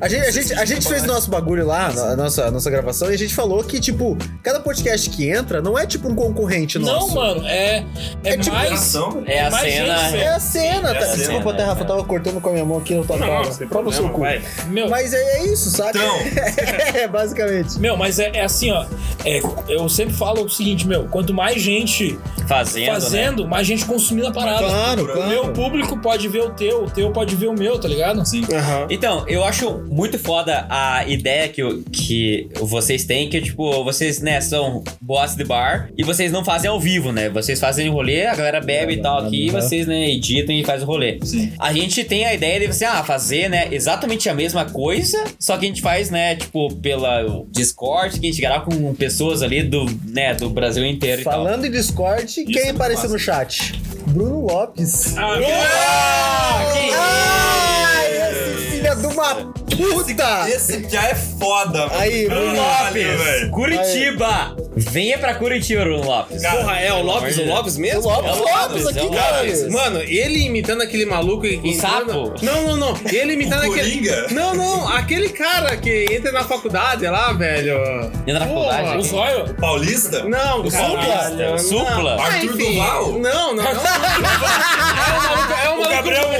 A gente, a gente, a gente fez nosso bagulho lá, a nossa, a nossa gravação, e a gente falou que, tipo, cada podcast que entra não é tipo um concorrente
Não,
nosso.
mano, é, é,
É tipo
mais.
Ação.
é a
mais
cena.
gente,
É a cena,
É a
tá?
cena,
Desculpa,
né?
até, Rafa,
É.
eu tava cortando com a minha mão aqui na tua cara. Fala no seu cu.
Meu,
Mas é, é isso, sabe?
Então.
é, basicamente.
meu, mas é, é assim, ó. É, eu sempre falo o seguinte, meu, quanto mais gente
Fazendo, né?
fazendo, mais gente consumindo a parada.
Claro,
O meu
claro.
público pode ver o teu, o teu pode ver o meu, tá ligado?
Sim.
Então, eu acho muito foda a ideia que, o- que vocês têm, que, tipo, vocês, né, são boss de bar e vocês não fazem ao vivo, né? Vocês fazem o rolê, a galera bebe e tal aqui, e vocês, né, editam e fazem o rolê.
Sim.
A gente tem a ideia de você, ah, fazer, né, exatamente a mesma coisa, só que a gente faz, né, tipo, pela Discord, que a gente grava com pessoas ali do, né, do Brasil inteiro e tal.
Falando em Discord,
é
quem
muito
apareceu
massa.
no chat? Bruno Lopes.
Ah,
Ah, que
Ai, esse filho é de uma puta!
Esse já é foda, mano.
Aí, Bruno
Caralho,
Lopes,
velho.
Curitiba! Venha pra Curitiba, Bruno Lopes.
Porra, é o Lopes, o Lopes mesmo?
Lopes,
É o Lopes, é
Lopes
o
aqui,
Lopes.
um cara.
Mano, ele imitando aquele maluco que entrou
sapo?
na- Não, não, não. Ele imitando
O
aquele.
Coringa?
Não, não. Aquele cara que entra na faculdade lá, velho.
Entra na
Porra.
faculdade.
o
aqui.
zóio?
Paulista?
Não,
O
cara.
Supla?
Não.
Supla?
Ah,
Arthur
enfim.
Duval?
Não, não, não.
Ah,
É um maluco. É um maluco.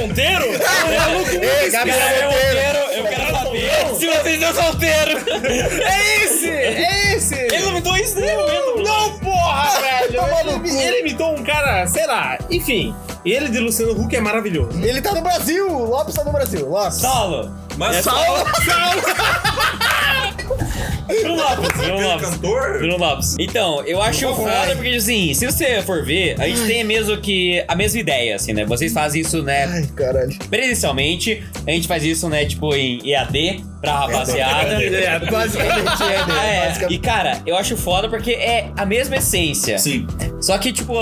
Monteiro? É o maluco
Ei, Gabriel Monteiro.
Eu quero saber.
Se você está solteiro!
É esse! É esse!
Ele não me deu isso, né? Não,
Não,
Tá
porra, velho!
Toma no
Ele,
cu.
ele imitou um cara, sei lá, enfim. Ele de Luciano Huck é maravilhoso.
Ele tá no Brasil! O Lopes tá no Brasil. Lopes.
Saulo!
Mas
É
Saulo
Bruno Lopes! Bruno
é
Lopes!
cantor?
Bruno Lopes. Então, eu acho foda porque, assim, se você for ver, a gente tem mesmo que a mesma ideia, assim, né? Vocês fazem isso, né,
Ai, caralho.
presencialmente. A gente faz isso, né, tipo, em EAD, pra rapaziada.
Basicamente é, né?
É,
Basicamente.
e cara, eu acho foda porque é a mesma essência.
Sim.
Só que, tipo,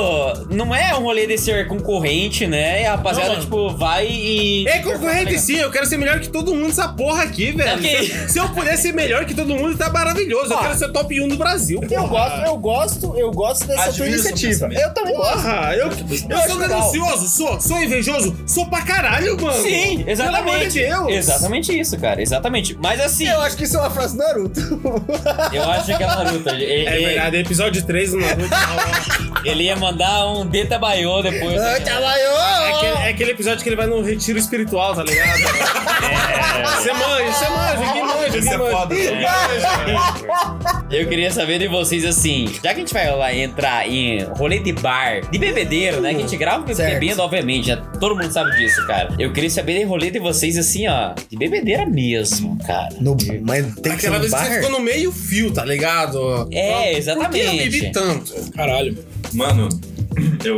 não é um rolê de ser concorrente, né? E a rapaziada,
Não,
tipo, vai e.
É concorrente sim, eu quero ser melhor que todo mundo nessa porra aqui, velho.
Ok.
Se, se eu puder ser melhor que todo mundo, tá maravilhoso. Eu
Ó.
quero ser top 1 do Brasil.
Eu gosto, eu gosto, eu gosto dessa tua
Admiro seu
iniciativa.
pensamento.
Eu também gosto.
Porra, eu, eu
acho
sou
legal.
ganancioso, sou, sou invejoso, sou pra caralho, mano.
Sim, exatamente.
Pelo amor de Deus.
Exatamente isso, cara. Exatamente. Mas assim,
Eu acho que isso é uma frase do Naruto.
eu acho que a Naruto. Ele,
É verdade, episódio É 3 do Naruto.
ele ia mandar um Detabaiô depois. né?
Ai,
É
Trabalhou!
aquele, é aquele episódio que ele vai no retiro espiritual, tá ligado? Você manja, você manja, que manja,
Isso
que
é
manja.
foda. velho.
Eu queria saber de vocês assim, já que a gente vai lá entrar em rolê de bar, de bebedeiro, né? Que a gente grava be-
Certo.
bebendo, obviamente, né? Todo mundo sabe disso, cara. Eu queria saber de rolê de vocês assim, ó, de bebedeira mesmo, cara.
No, mas tem que ser um
Aquela
no
vez que
bar?
você ficou no meio fio, tá ligado?
É,
Por que eu
exatamente.
bebi tanto?
Caralho.
Mano, eu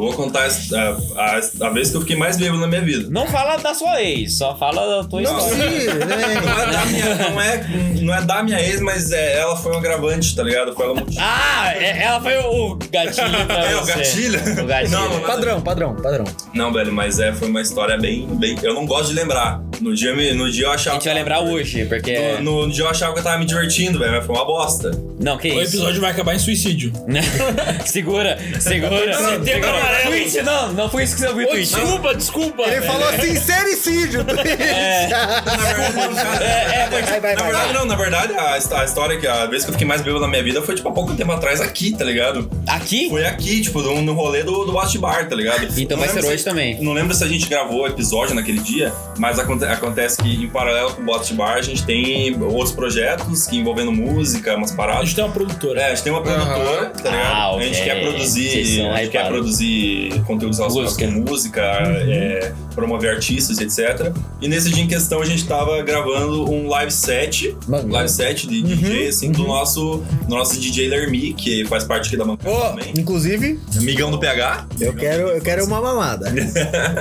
vou contar a, a- a vez que eu fiquei mais bêbado na minha vida.
Não fala da sua ex, só fala da tua
Não,
história.
sim, né?
Não é, da minha, não, é, não é da minha ex, mas é, ela foi um agravante, tá ligado? Foi ela motivo.
Ah, é- ela foi o o gatilho pra
É, o
você.
gatilho?
O gatilho.
Não, não é
Padrão, padrão, padrão.
Não, velho, mas é, foi uma história bem, bem. Eu não gosto de lembrar. No dia, me- no dia eu
A
achava.
gente vai lembrar hoje, porque... é-
No, no dia eu achava que eu tava me divertindo, velho, mas foi uma bosta.
Não, que
O
isso.
episódio vai acabar em suicídio.
segura, segura.
Setembro
segura.
amarelo.
Twitch, não, não foi isso que você ouviu, Twitch.
desculpa.
é.
Ele falou assim, sincericídio.
Na verdade, não, cara.
É, é, foi
Vai, vai,
Na
vai.
verdade, não, na verdade, a, histó- a história é que a vez que eu fiquei mais bêbado na minha vida foi, tipo, há pouco tempo atrás aqui, tá ligado?
aqui?
Foi aqui, tipo, no, no rolê do, do Watch Bar, tá ligado?
Então
Não
vai
lembro
ser
se-
hoje também.
Não lembro se a gente gravou episódio naquele dia, mas aconte- acontece que em paralelo com o Watch Bar a gente tem outros projetos que envolvendo música, umas
A
paradas.
gente tem uma produtora.
É, a gente tem uma produtora, tá ligado?
Ah,
A gente
ok.
quer
Vocês
produzir,
são
a gente quer
hypados.
produzir conteúdos relacionados
Música.
com música, é, promover artistas, etc. E nesse dia em questão a gente tava gravando um live set,
Mano.
live set de DJ, assim, do nosso, do nosso DJ Lermi, que faz parte aqui da bancada também.
Inclusive,
Amigão do PH.
eu quero, eu quero uma mamada.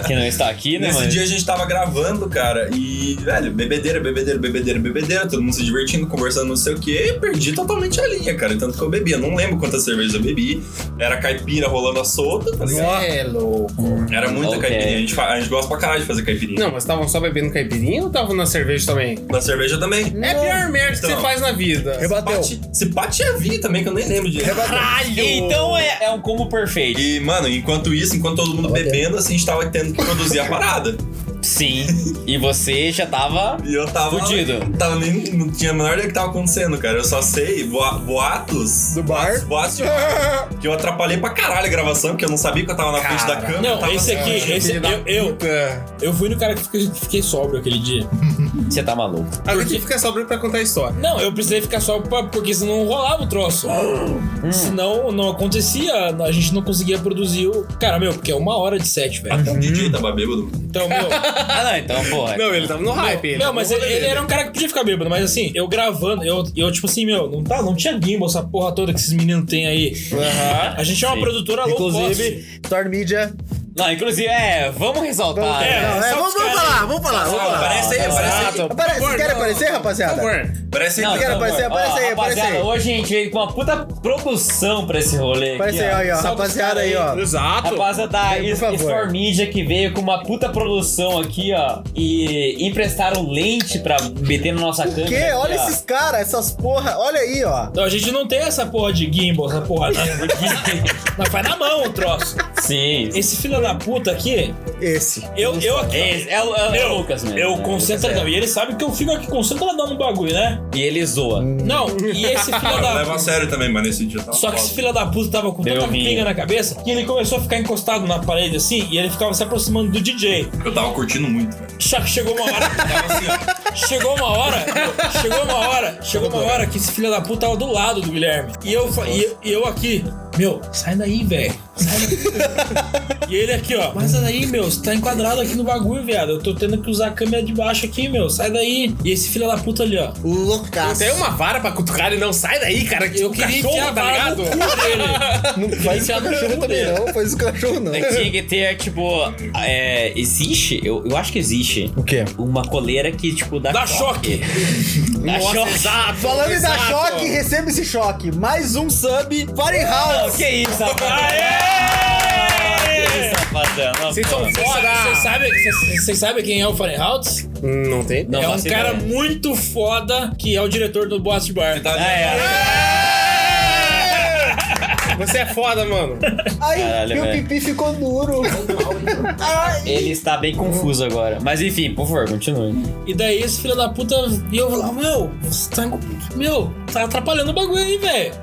Que não está aqui, né,
Nesse
mano?
dia a gente tava gravando, cara, cara. E, velho, bebedeira, bebedeira, bebedeira, bebedeira, todo mundo se divertindo, conversando, não sei o quê. E perdi totalmente a linha, cara. Tanto que eu bebia. Não lembro quantas cervejas eu bebi. Era caipira rolando a solta, tá ligado?
É louco.
Era muita
Ok.
caipirinha. A gente, fa- a gente gosta pra caralho de fazer caipirinha.
Não, mas estavam só bebendo caipirinha ou estavam na cerveja também?
Na cerveja também.
É a pior merda que
Então.
você faz na vida.
Rebateu.
Bate, se bate é vinho também, que eu nem lembro de.
Caralho!
Então é, é um combo perfeito.
E, mano, enquanto isso, enquanto todo
Tá
mundo bebendo, assim, a gente tava tendo que produzir a parada.
Sim. E você já tava.
E eu tava.
Fudido.
Tava nem. Não tinha a menor ideia do que tava acontecendo, cara. Eu só sei boa- boatos.
Do bar.
Boatos, boatos de bar. Tipo assim, que eu atrapalhei pra caralho a gravação, porque eu não sabia que eu tava na frente da
Cara.
câmera.
Não,
tava
esse
assim,
aqui,
ó,
esse,
Filho da
eu, eu,
puta.
eu fui no cara que fiquei, fiquei sóbrio aquele dia.
Você tá maluco.
Alguém tem que ficar sóbrio pra contar a história.
Não, eu precisei ficar sóbrio pra, porque senão rolava o troço. Senão não acontecia, a gente não conseguia produzir o. Cara, meu, porque é uma hora de set, velho.
Até o DJ tava bêbado.
Então, meu.
Ah, não, então, porra.
Não, ele tava no hype. ele
Não,
tava
mas
no
ele,
rolê
ele
dele.
era um cara que podia ficar bêbado, mas assim, eu gravando, eu, eu tipo assim, meu, não, tá, não tinha gimbal essa porra toda que esses meninos têm aí. A gente é uma
Sim.
produtora low cost.
Inclusive, Thor Media.
Não, inclusive, é, vamos ressaltar.
É,
né?
Não, é,
só
vamos,
os
vamos
caras
falar, vamos falar, vamos falar.
Parece aí, parece aí.
Exato.
Apare- Vocês
Por
querem
não,
aparecer, rapaziada?
Por favor.
Parece
Não,
aí.
quero
então,
aparecer,
amor.
aparece
Ó,
aí, aparece
rapaziada,
aí.
Hoje a gente veio com uma puta produção pra esse rolê.
Aparece
aqui,
aí,
ó.
aí, ó.
Salve
Rapaziada aí, ó.
Exato.
Rapaziada da
Vem, por favor.
Store Media que veio com uma puta produção aqui, ó. E emprestaram lente pra meter na nossa câmera.
Que?
aqui,
Olha
ó.
esses caras, essas porra. Olha aí, ó.
Então a gente não tem essa porra de gimbal, essa porra. Né? Mas faz na mão o troço.
Sim.
Esse filho da puta aqui,
Esse.
eu, eu aqui. ó,
Esse é, o- é o
Meu,
Lucas mesmo.
Eu
né?
é.
concentradão. E ele sabe que eu fico aqui concentradão no bagulho, né?
E ele zoa.
Hum.
Não, e esse filho
Cara,
da
leva a sério também, mano, esse dia tava
Só que esse
foda.
filho da puta tava com
Deu
tanta
vinho.
pinga na cabeça que ele começou a ficar encostado na parede assim e ele ficava se aproximando do DJ.
Eu tava curtindo muito, velho.
Só que chegou uma hora.
Tava assim, ó.
Chegou uma hora, chegou uma hora, chegou uma hora que esse filho da puta tava do lado do Guilherme. E eu, fa- e eu, e eu aqui, meu, sai daí, velho. Sai daí. E ele aqui, ó, mas sai daí, meu, você tá enquadrado aqui no bagulho, viado. Eu tô tendo que usar a câmera de baixo aqui, meu, sai daí. E esse filho da puta ali, ó.
Loucaço.
Tem um uma vara pra cutucar ele, não sai daí, cara. Que
Eu queria
cachorro,
enfiar a vara no cu dele.
Não faz isso
enfiar
com
no
o cachorro
cu
também,
dele.
não. Faz isso com o cachorro, não.
Tinha que ter, tipo. é, existe? Eu, eu acho que existe.
O quê?
Uma coleira que, tipo, dá,
Dá choque.
Dá
Nossa,
choque.
exato.
Falando em dar
exato.
choque, receba esse choque. Mais um sub, Firehouse.
Que isso, rapaz? Que isso, rapaziada?
Vocês são
Vocês sabem- Vocês
foda.
sabem, vocês- vocês sabem quem é o Fahrenheit?
Não tem?
Não,
é um
faço
cara
ideia.
muito foda que é o diretor do Boate Bar.
Tá
Ah, é.
Você é foda, mano.
Ai,
Caralho,
meu
velho.
pipi ficou duro. Ai.
Ele está bem confuso agora. Mas enfim, por favor, continue.
E daí esse filho da puta e eu lá, meu, você tá, meu, tá atrapalhando o bagulho aí, velho.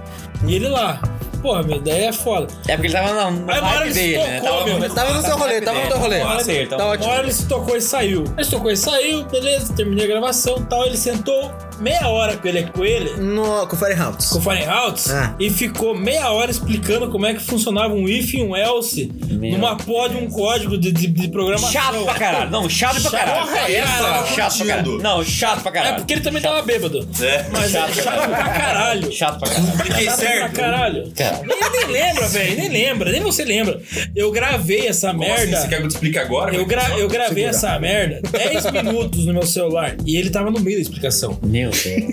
E ele lá, porra, minha ideia é foda.
É porque ele tava na, na
Aí uma
vibe
hora ele
dele,
se
né?
tocou,
Tava,
meu.
Tava no seu rolê,
vibe
tava no
dele.
seu rolê.
Tava dele,
Tá
tava
Uma
ótimo.
hora ele se tocou e saiu. Ele se tocou e saiu, beleza, terminei a gravação e tal. Ele sentou meia hora com ele, com ele,
No, com o
com
Firehouse.
o Fahrenheit,
Ah.
e ficou meia hora explicando como é que funcionava um if e um else
Meu
numa pod, um código de, de, de programação.
Chato pra caralho. Não, chato pra
Chato
caralho.
pra caralho.
Chato pra caralho. Não, chato pra
tá É
caralho.
porque ele também tava bêbado.
É.
Mas
Chato
chato,
pra
chato pra caralho.
Chato pra caralho.
Fiquei
Chato pra
certo.
caralho.
Cara.
Nem, nem lembra, velho. Nem lembra. Nem você lembra. Eu gravei essa
Como assim?
merda.
Você quer que eu te explique agora?
eu,
velho?
gra- eu gravei
Segura.
essa merda 10 minutos no meu celular e ele tava no meio da explicação.
Meu Deus.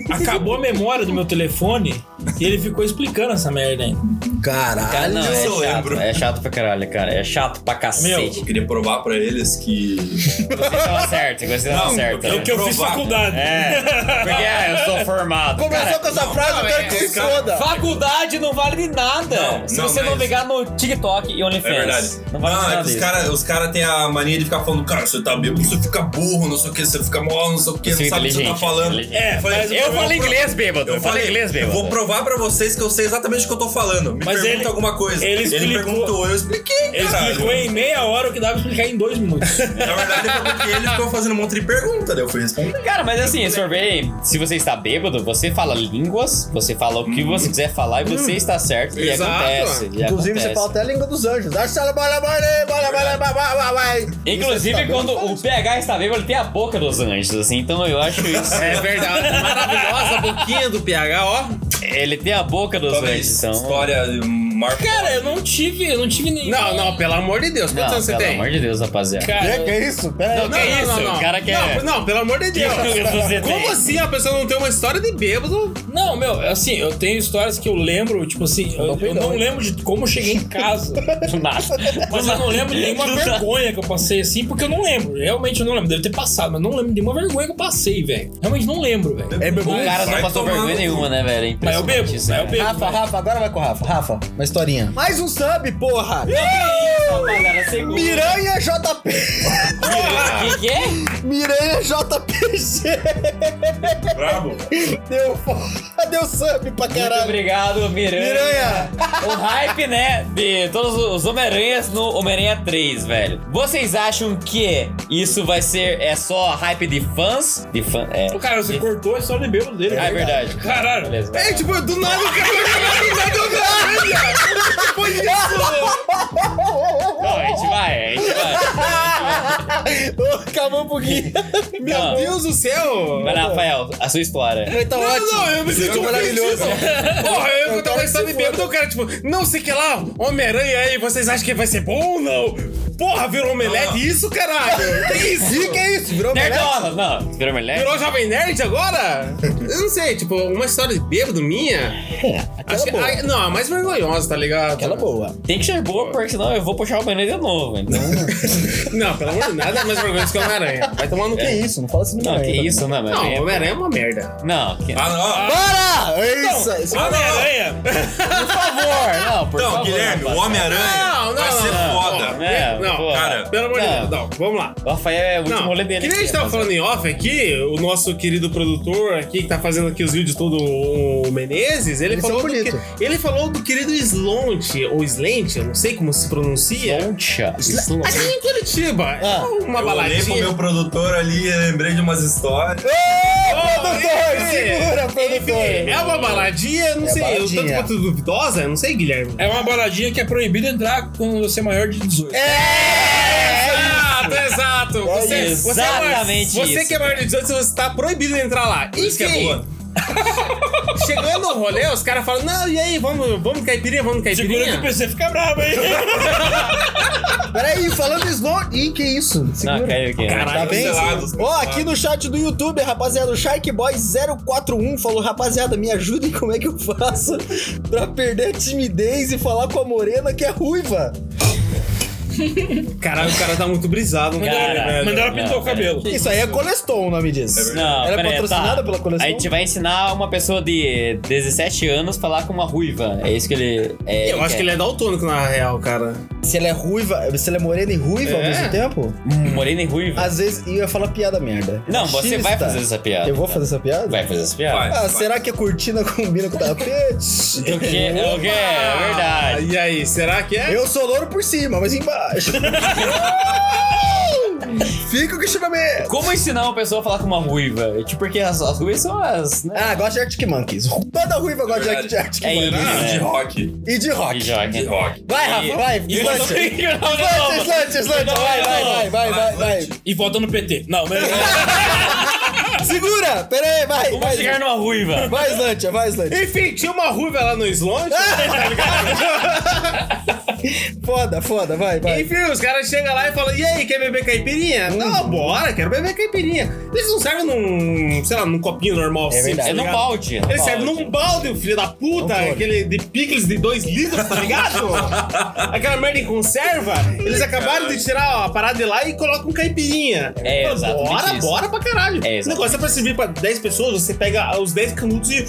Acabou a memória do meu telefone e ele ficou explicando essa merda aí.
Cara,
Caralho.
não, é
Isso eu
chato.
lembro.
É chato pra caralho, cara. É chato pra
Eu
cacete.
queria provar pra eles que.
Você tava certo, você tava
Não,
certo. né?
É o que eu fiz
Provável.
faculdade.
É, porque é, eu sou formado.
Começou
Cara,
assim?
com essa frase, eu
não,
quero
é,
que se
cara,
foda.
Faculdade não vale de nada.
Não,
se
não,
você não
mas-
ligar no TikTok e OnlyFans.
É verdade.
Não vale de
é
nada.
que os
isso.
caras os cara têm a mania de ficar falando, cara, você tá bêbado, você fica burro, não sei o que, você fica mal, não sei o que,
Você
não
é
sabe o que você tá
inteligente,
falando.
inteligente.
É, mas
vou-
Eu falei
vou-
inglês, bêbado. Eu falei inglês,
eu
bêbado.
vou provar pra vocês que eu sei exatamente o que eu tô falando. Me
Mas
pergunta
ele-
alguma coisa.
ele explicou-
perguntou, eu expliquei,
Ele
caralho.
explicou em meia hora o que dava pra explicar em dois minutos.
Na verdade, foi porque ele ficou fazendo um monte de pergunta, daí eu fui responder.
Cara, mas assim, se for ver, se você está bêbado, você fala línguas, você fala o que você quiser falar e você está certo. E
Exato.
acontece. e
Inclusive,
acontece.
você fala até a língua dos anjos. Acha- bala, bala, bala, bala, bala, bala, bala.
Inclusive,
Você tá
quando
bem?
o PH está bêbado, ele tem a boca dos anjos, assim. Então eu acho isso.
É verdade. Maravilhosa boquinha um do PH, ó.
Ele tem a boca dos
Talvez
anjos, então.
história, um- maior
Cara, eu não tive, eu não tive nenhum.
Não, não, pelo amor de Deus. Quantos
Não,
anos Então você
pelo
tem?
amor de Deus, rapaziada.
Cara,
É, que é isso? Pera aí.
Não, que isso? O cara quer...
Não, não, pelo amor de Deus.
anos você
Como
tem?
assim a pessoa não tem uma história de bêbado?
Não, meu, assim, eu tenho histórias que eu lembro, tipo assim, eu, eu não lembro de como eu cheguei em casa.
Do nada.
Mas eu não lembro de nenhuma
Do nada.
vergonha que eu passei assim, porque eu não lembro. Realmente eu não lembro. Deve ter passado, mas não lembro de nenhuma vergonha que eu passei, velho. Realmente não lembro, velho.
O É, cara não
Vai
passou
tomar
vergonha
no cu.
nenhuma, né, velho? É
Mas eu bebo,
impressionante
mas
isso, né?
eu bebo.
Rafa, Rafa, agora vai com o Rafa. Rafa, uma historinha. Mais um sub, porra!
Rapaziada, segura.
Miranha JP!
Que que é?
Miranha JPG!
brabo.
Deu foda, deu sub pra
Muito
caralho!
obrigado, Miranha.
Miranha!
O hype, né, de todos os Homem-Aranhas no Homem-Aranha 3, velho. Vocês acham que é isso vai ser... É só hype de fãs? De fã... É.
Cara, você cortou a história de bêbado dele.
Ah, é
velho.
verdade.
Caralho.
Beleza, vai.
É, tipo, do nada o cara vai jogar do nada do nada. Depois disso.
Ah, é Não, a gente vai, a gente vai.
Ô, Calma um pouquinho.
Meu
Não.
Deus do céu.
Vai, Rafael, a sua história.
Tá
Não,
ótimo.
não, eu me
é
senti
Ficou
um
maravilhoso.
Porra, eu vou dar uma
quero
história
que
de
se
bêbado, o cara, tipo, não sei que lá, Homem-Aranha aí, vocês acham que vai ser bom ou não? Porra, virou omelete isso, caralho? Que isso?
Ih, Ah. que é isso? Virou melhor?
Nerdola! Não, virou mulher?
Virou Jovem Nerd agora? Eu não sei, tipo, uma história de bêbado minha. Acho que,
boa.
a- não, a mais vergonhosa, tá ligado?
Aquela é boa.
Tem que ser boa, porque senão eu vou puxar o banheiro de novo. Então,
Não, pelo amor de Deus, nada é mais vergonhoso que Homem-Aranha. Vai tomar no cu.
Que isso? Não fala assim
não, que
Miranha.
isso, não, mas...
Não, Homem-Aranha é uma merda.
Não, que...
Ah, não.
Para! É
Então,
isso! isso-
Homem-Aranha.
por favor, não, por
então,
favor.
Guilherme, o Homem-Aranha
Não, não,
vai
não,
ser
não.
foda.
Não, é,
Não,
pô.
cara.
Pelo amor de
É.
Não.
Deus, não, vamos lá.
O Rafael é o último
Não,
rolê dele.
que nem a gente
né,
tava
é.
falando em off aqui, o nosso querido produtor aqui, que tá fazendo aqui os vídeos todo, o Menezes, ele
Eles
falou
são
do
é bonito.
que- ele falou do querido Slont, ou Slente, eu não sei como se pronuncia.
Concha.
Aqui em Curitiba, é
Ah,
eu
uma
olhei pro
baladinha.
meu produtor ali e lembrei de umas histórias.
Ô,
Ó,
produtor!
enfim,
Segura,
enfim,
produtor!
É uma baladinha, não
É
sei, eu tanto
baladinha.
quanto duvidosa, eu não sei, Guilherme.
É uma baladinha que é proibido entrar quando você é maior de 18. É.
É
é, Exato, Ah, exato. Você, você é maior-
exatamente
Você,
isso,
que é maior de 18, você tá proibido de entrar lá.
Por isso que é
Enfim,
boa.
Chegando no rolê, os caras falam, não, e aí, vamos, vamos caipirinha, vamos
Segura que o
caipirinha.
PC fica bravo, hein?
Peraí, falando em Snow. Ih, que isso?
Não,
Segura.
caiu aqui. né?
Caralho,
Tá bem?
cancelados,
Ó,
cancelados.
aqui no chat do YouTube, rapaziada, o Sharkboy041 falou: rapaziada, me ajudem como é que eu faço pra perder a timidez e falar com a morena que é ruiva.
Caralho, o cara tá muito brisado,
Cara,
cara.
Mandaram
Não,
pintar o
pera.
cabelo.
Isso aí é Coleston o nome
É
disso.
verdade.
Não,
Ela é
pera aí,
patrocinada
tá.
pela coleção?
A gente vai ensinar uma pessoa de 17 anos a falar com uma ruiva. É isso que ele. É,
Eu acho que ele é daltônico na real, cara.
Se ela é ruiva, se ela é morena e ruiva ao
É.
mesmo tempo,
Hum, Morena e ruiva.
às vezes eu ia falar piada merda.
Não, você vai
Machista.
fazer essa piada.
Eu vou fazer essa piada?
Vai fazer essa piada.
Vai.
Ah, será que a cortina combina com o tapete?
O que? O que? É verdade.
E aí, será que é?
Eu sou louro por cima, mas embaixo. Fica o questionamento.
Como ensinar uma pessoa a falar com uma ruiva? Tipo, porque as, as ruivas são as. Né?
Ah, gosto de Arctic Monkeys. Toda ruiva gosta de Arctic, de Arctic
É
Monkeys.
isso.
Ah,
É.
de rock.
E de
Ah,
rock.
Que joga.
De rock.
Vai,
E-
Rafa, vai.
E eu não tô
Slante,
brincando, não.
slante, slante. Vai, vai, vai, vai, vai, vai.
E volta no PT. Não, mas... é,
Segura. Pera aí, vai.
Como
Vai,
chegar numa ruiva?
vai slante, vai, slante.
Enfim, tinha uma ruiva lá no Slonge, tá ligado?
Foda, foda, vai, vai.
Enfim, os caras chegam lá e falam, e aí, quer beber caipirinha? Não, bora, quero beber caipirinha. Eles não servem num, sei lá, num copinho normal assim,
verdade.
É
tá
num
ligado?
balde. é num
Ele serve
balde.
num balde, o filho da puta,
pode.
aquele de picles de 2 litros, tá ligado? Aquela merda em conserva. Eles acabaram de tirar ó, a parada de lá e colocam um caipirinha.
É,
Pô,
exatamente
Bora,
isso.
bora pra caralho.
É,
O negócio é pra servir pra 10 pessoas, você pega os 10 canudos e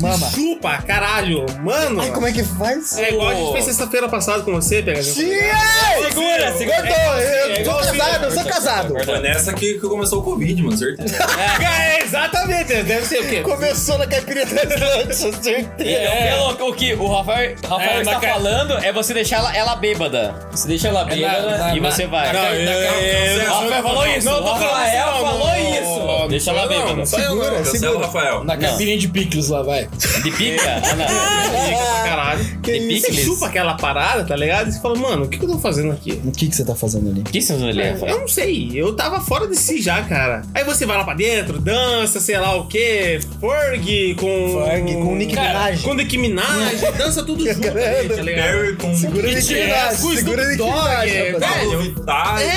Mama.
chupa, caralho. Mano,
Ai, como é que faz?
é igual a gente fez sexta-feira passada com você, pega.
Tia!
Segura, segura. É,
Cortou,
igual
eu sou
filho.
casado, eu sou casado.
Foi nessa que, que começou o Covid, mano, certeza.
É, exatamente, deve ser o quê?
Começou na caipirinha da Atlântica, certeza.
É, pelo- o que o Rafael, Rafael
É,
está
na ca-
falando é você deixar ela, ela bêbada. Você deixa
É
ela bêbada
na-
e
na-
você vai.
Não, eu- eu- eu-
o Rafael falou isso.
Não, eu
o
tô falando
Rafael
isso, não,
falou
não,
isso.
não,
é, Deixa ela
não,
bêbada.
não,
Cancela o Rafael.
Na
Não.
caipirinha de picles lá, vai.
pica.
De pica? Ah, não.
Pica pra
é.
caralho.
De
Você
picles?
chupa aquela parada, tá ligado? E você fala, mano, o que, que eu tô fazendo aqui?
O que, que você tá fazendo ali?
O que vocês não levam?
Eu não sei, eu tava fora de si já, cara. Aí você vai lá pra dentro, dança, sei lá o quê, Ferg com.
Ferg, com um Nicki
Cara,
Minaj. é
Com Nicki Minaj, dança tudo junto, ali, tá ligado?
Barry com Tá
Segura a
BTS,
dignidade,
com
segura a
Snoop Dogg,
dignidade,
velho.
rapaziada.
Pablo Vittar.
É!
e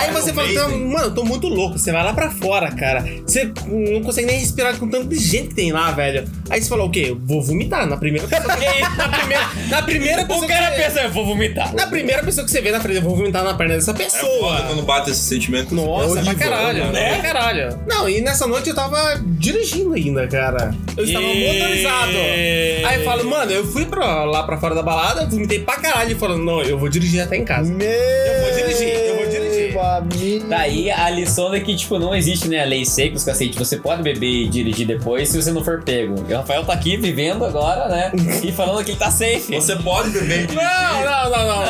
Aí
Iron
você fala, tá,
Maiden.
mano, eu tô muito louco. Você vai lá pra fora, cara. Você não consegue nem respirar com tanto de gente que tem lá, velho. Aí você fala, o quê? Eu vou vomitar na primeira pessoa. que- na primeira, na primeira pessoa.
O cara
que você-
pensa, eu vou vomitar.
Na primeira pessoa que você vê na frente, eu vou vomitar na perna dessa
É foda
pessoa.
quando bate esse sentimento. é
Nossa, pra
horrível,
caralho,
né?
né? Pra caralho. Não, e nessa noite eu tava dirigindo ainda, cara. Eu estava motorizado. Aí eu falo, mano, eu fui pra, lá pra fora da balada, vomitei pra caralho. Falando, não, eu vou dirigir até em casa.
Meu
Eu vou dirigir, eu vou dirigir.
amigo.
Daí Tá a lição é que, tipo, não existe, né? Lei seca, os cacete. Você pode beber e dirigir depois se você não for pego. E o Rafael tá aqui vivendo agora, né? E falando que ele tá safe.
Você pode beber.
Não, é não, não, não.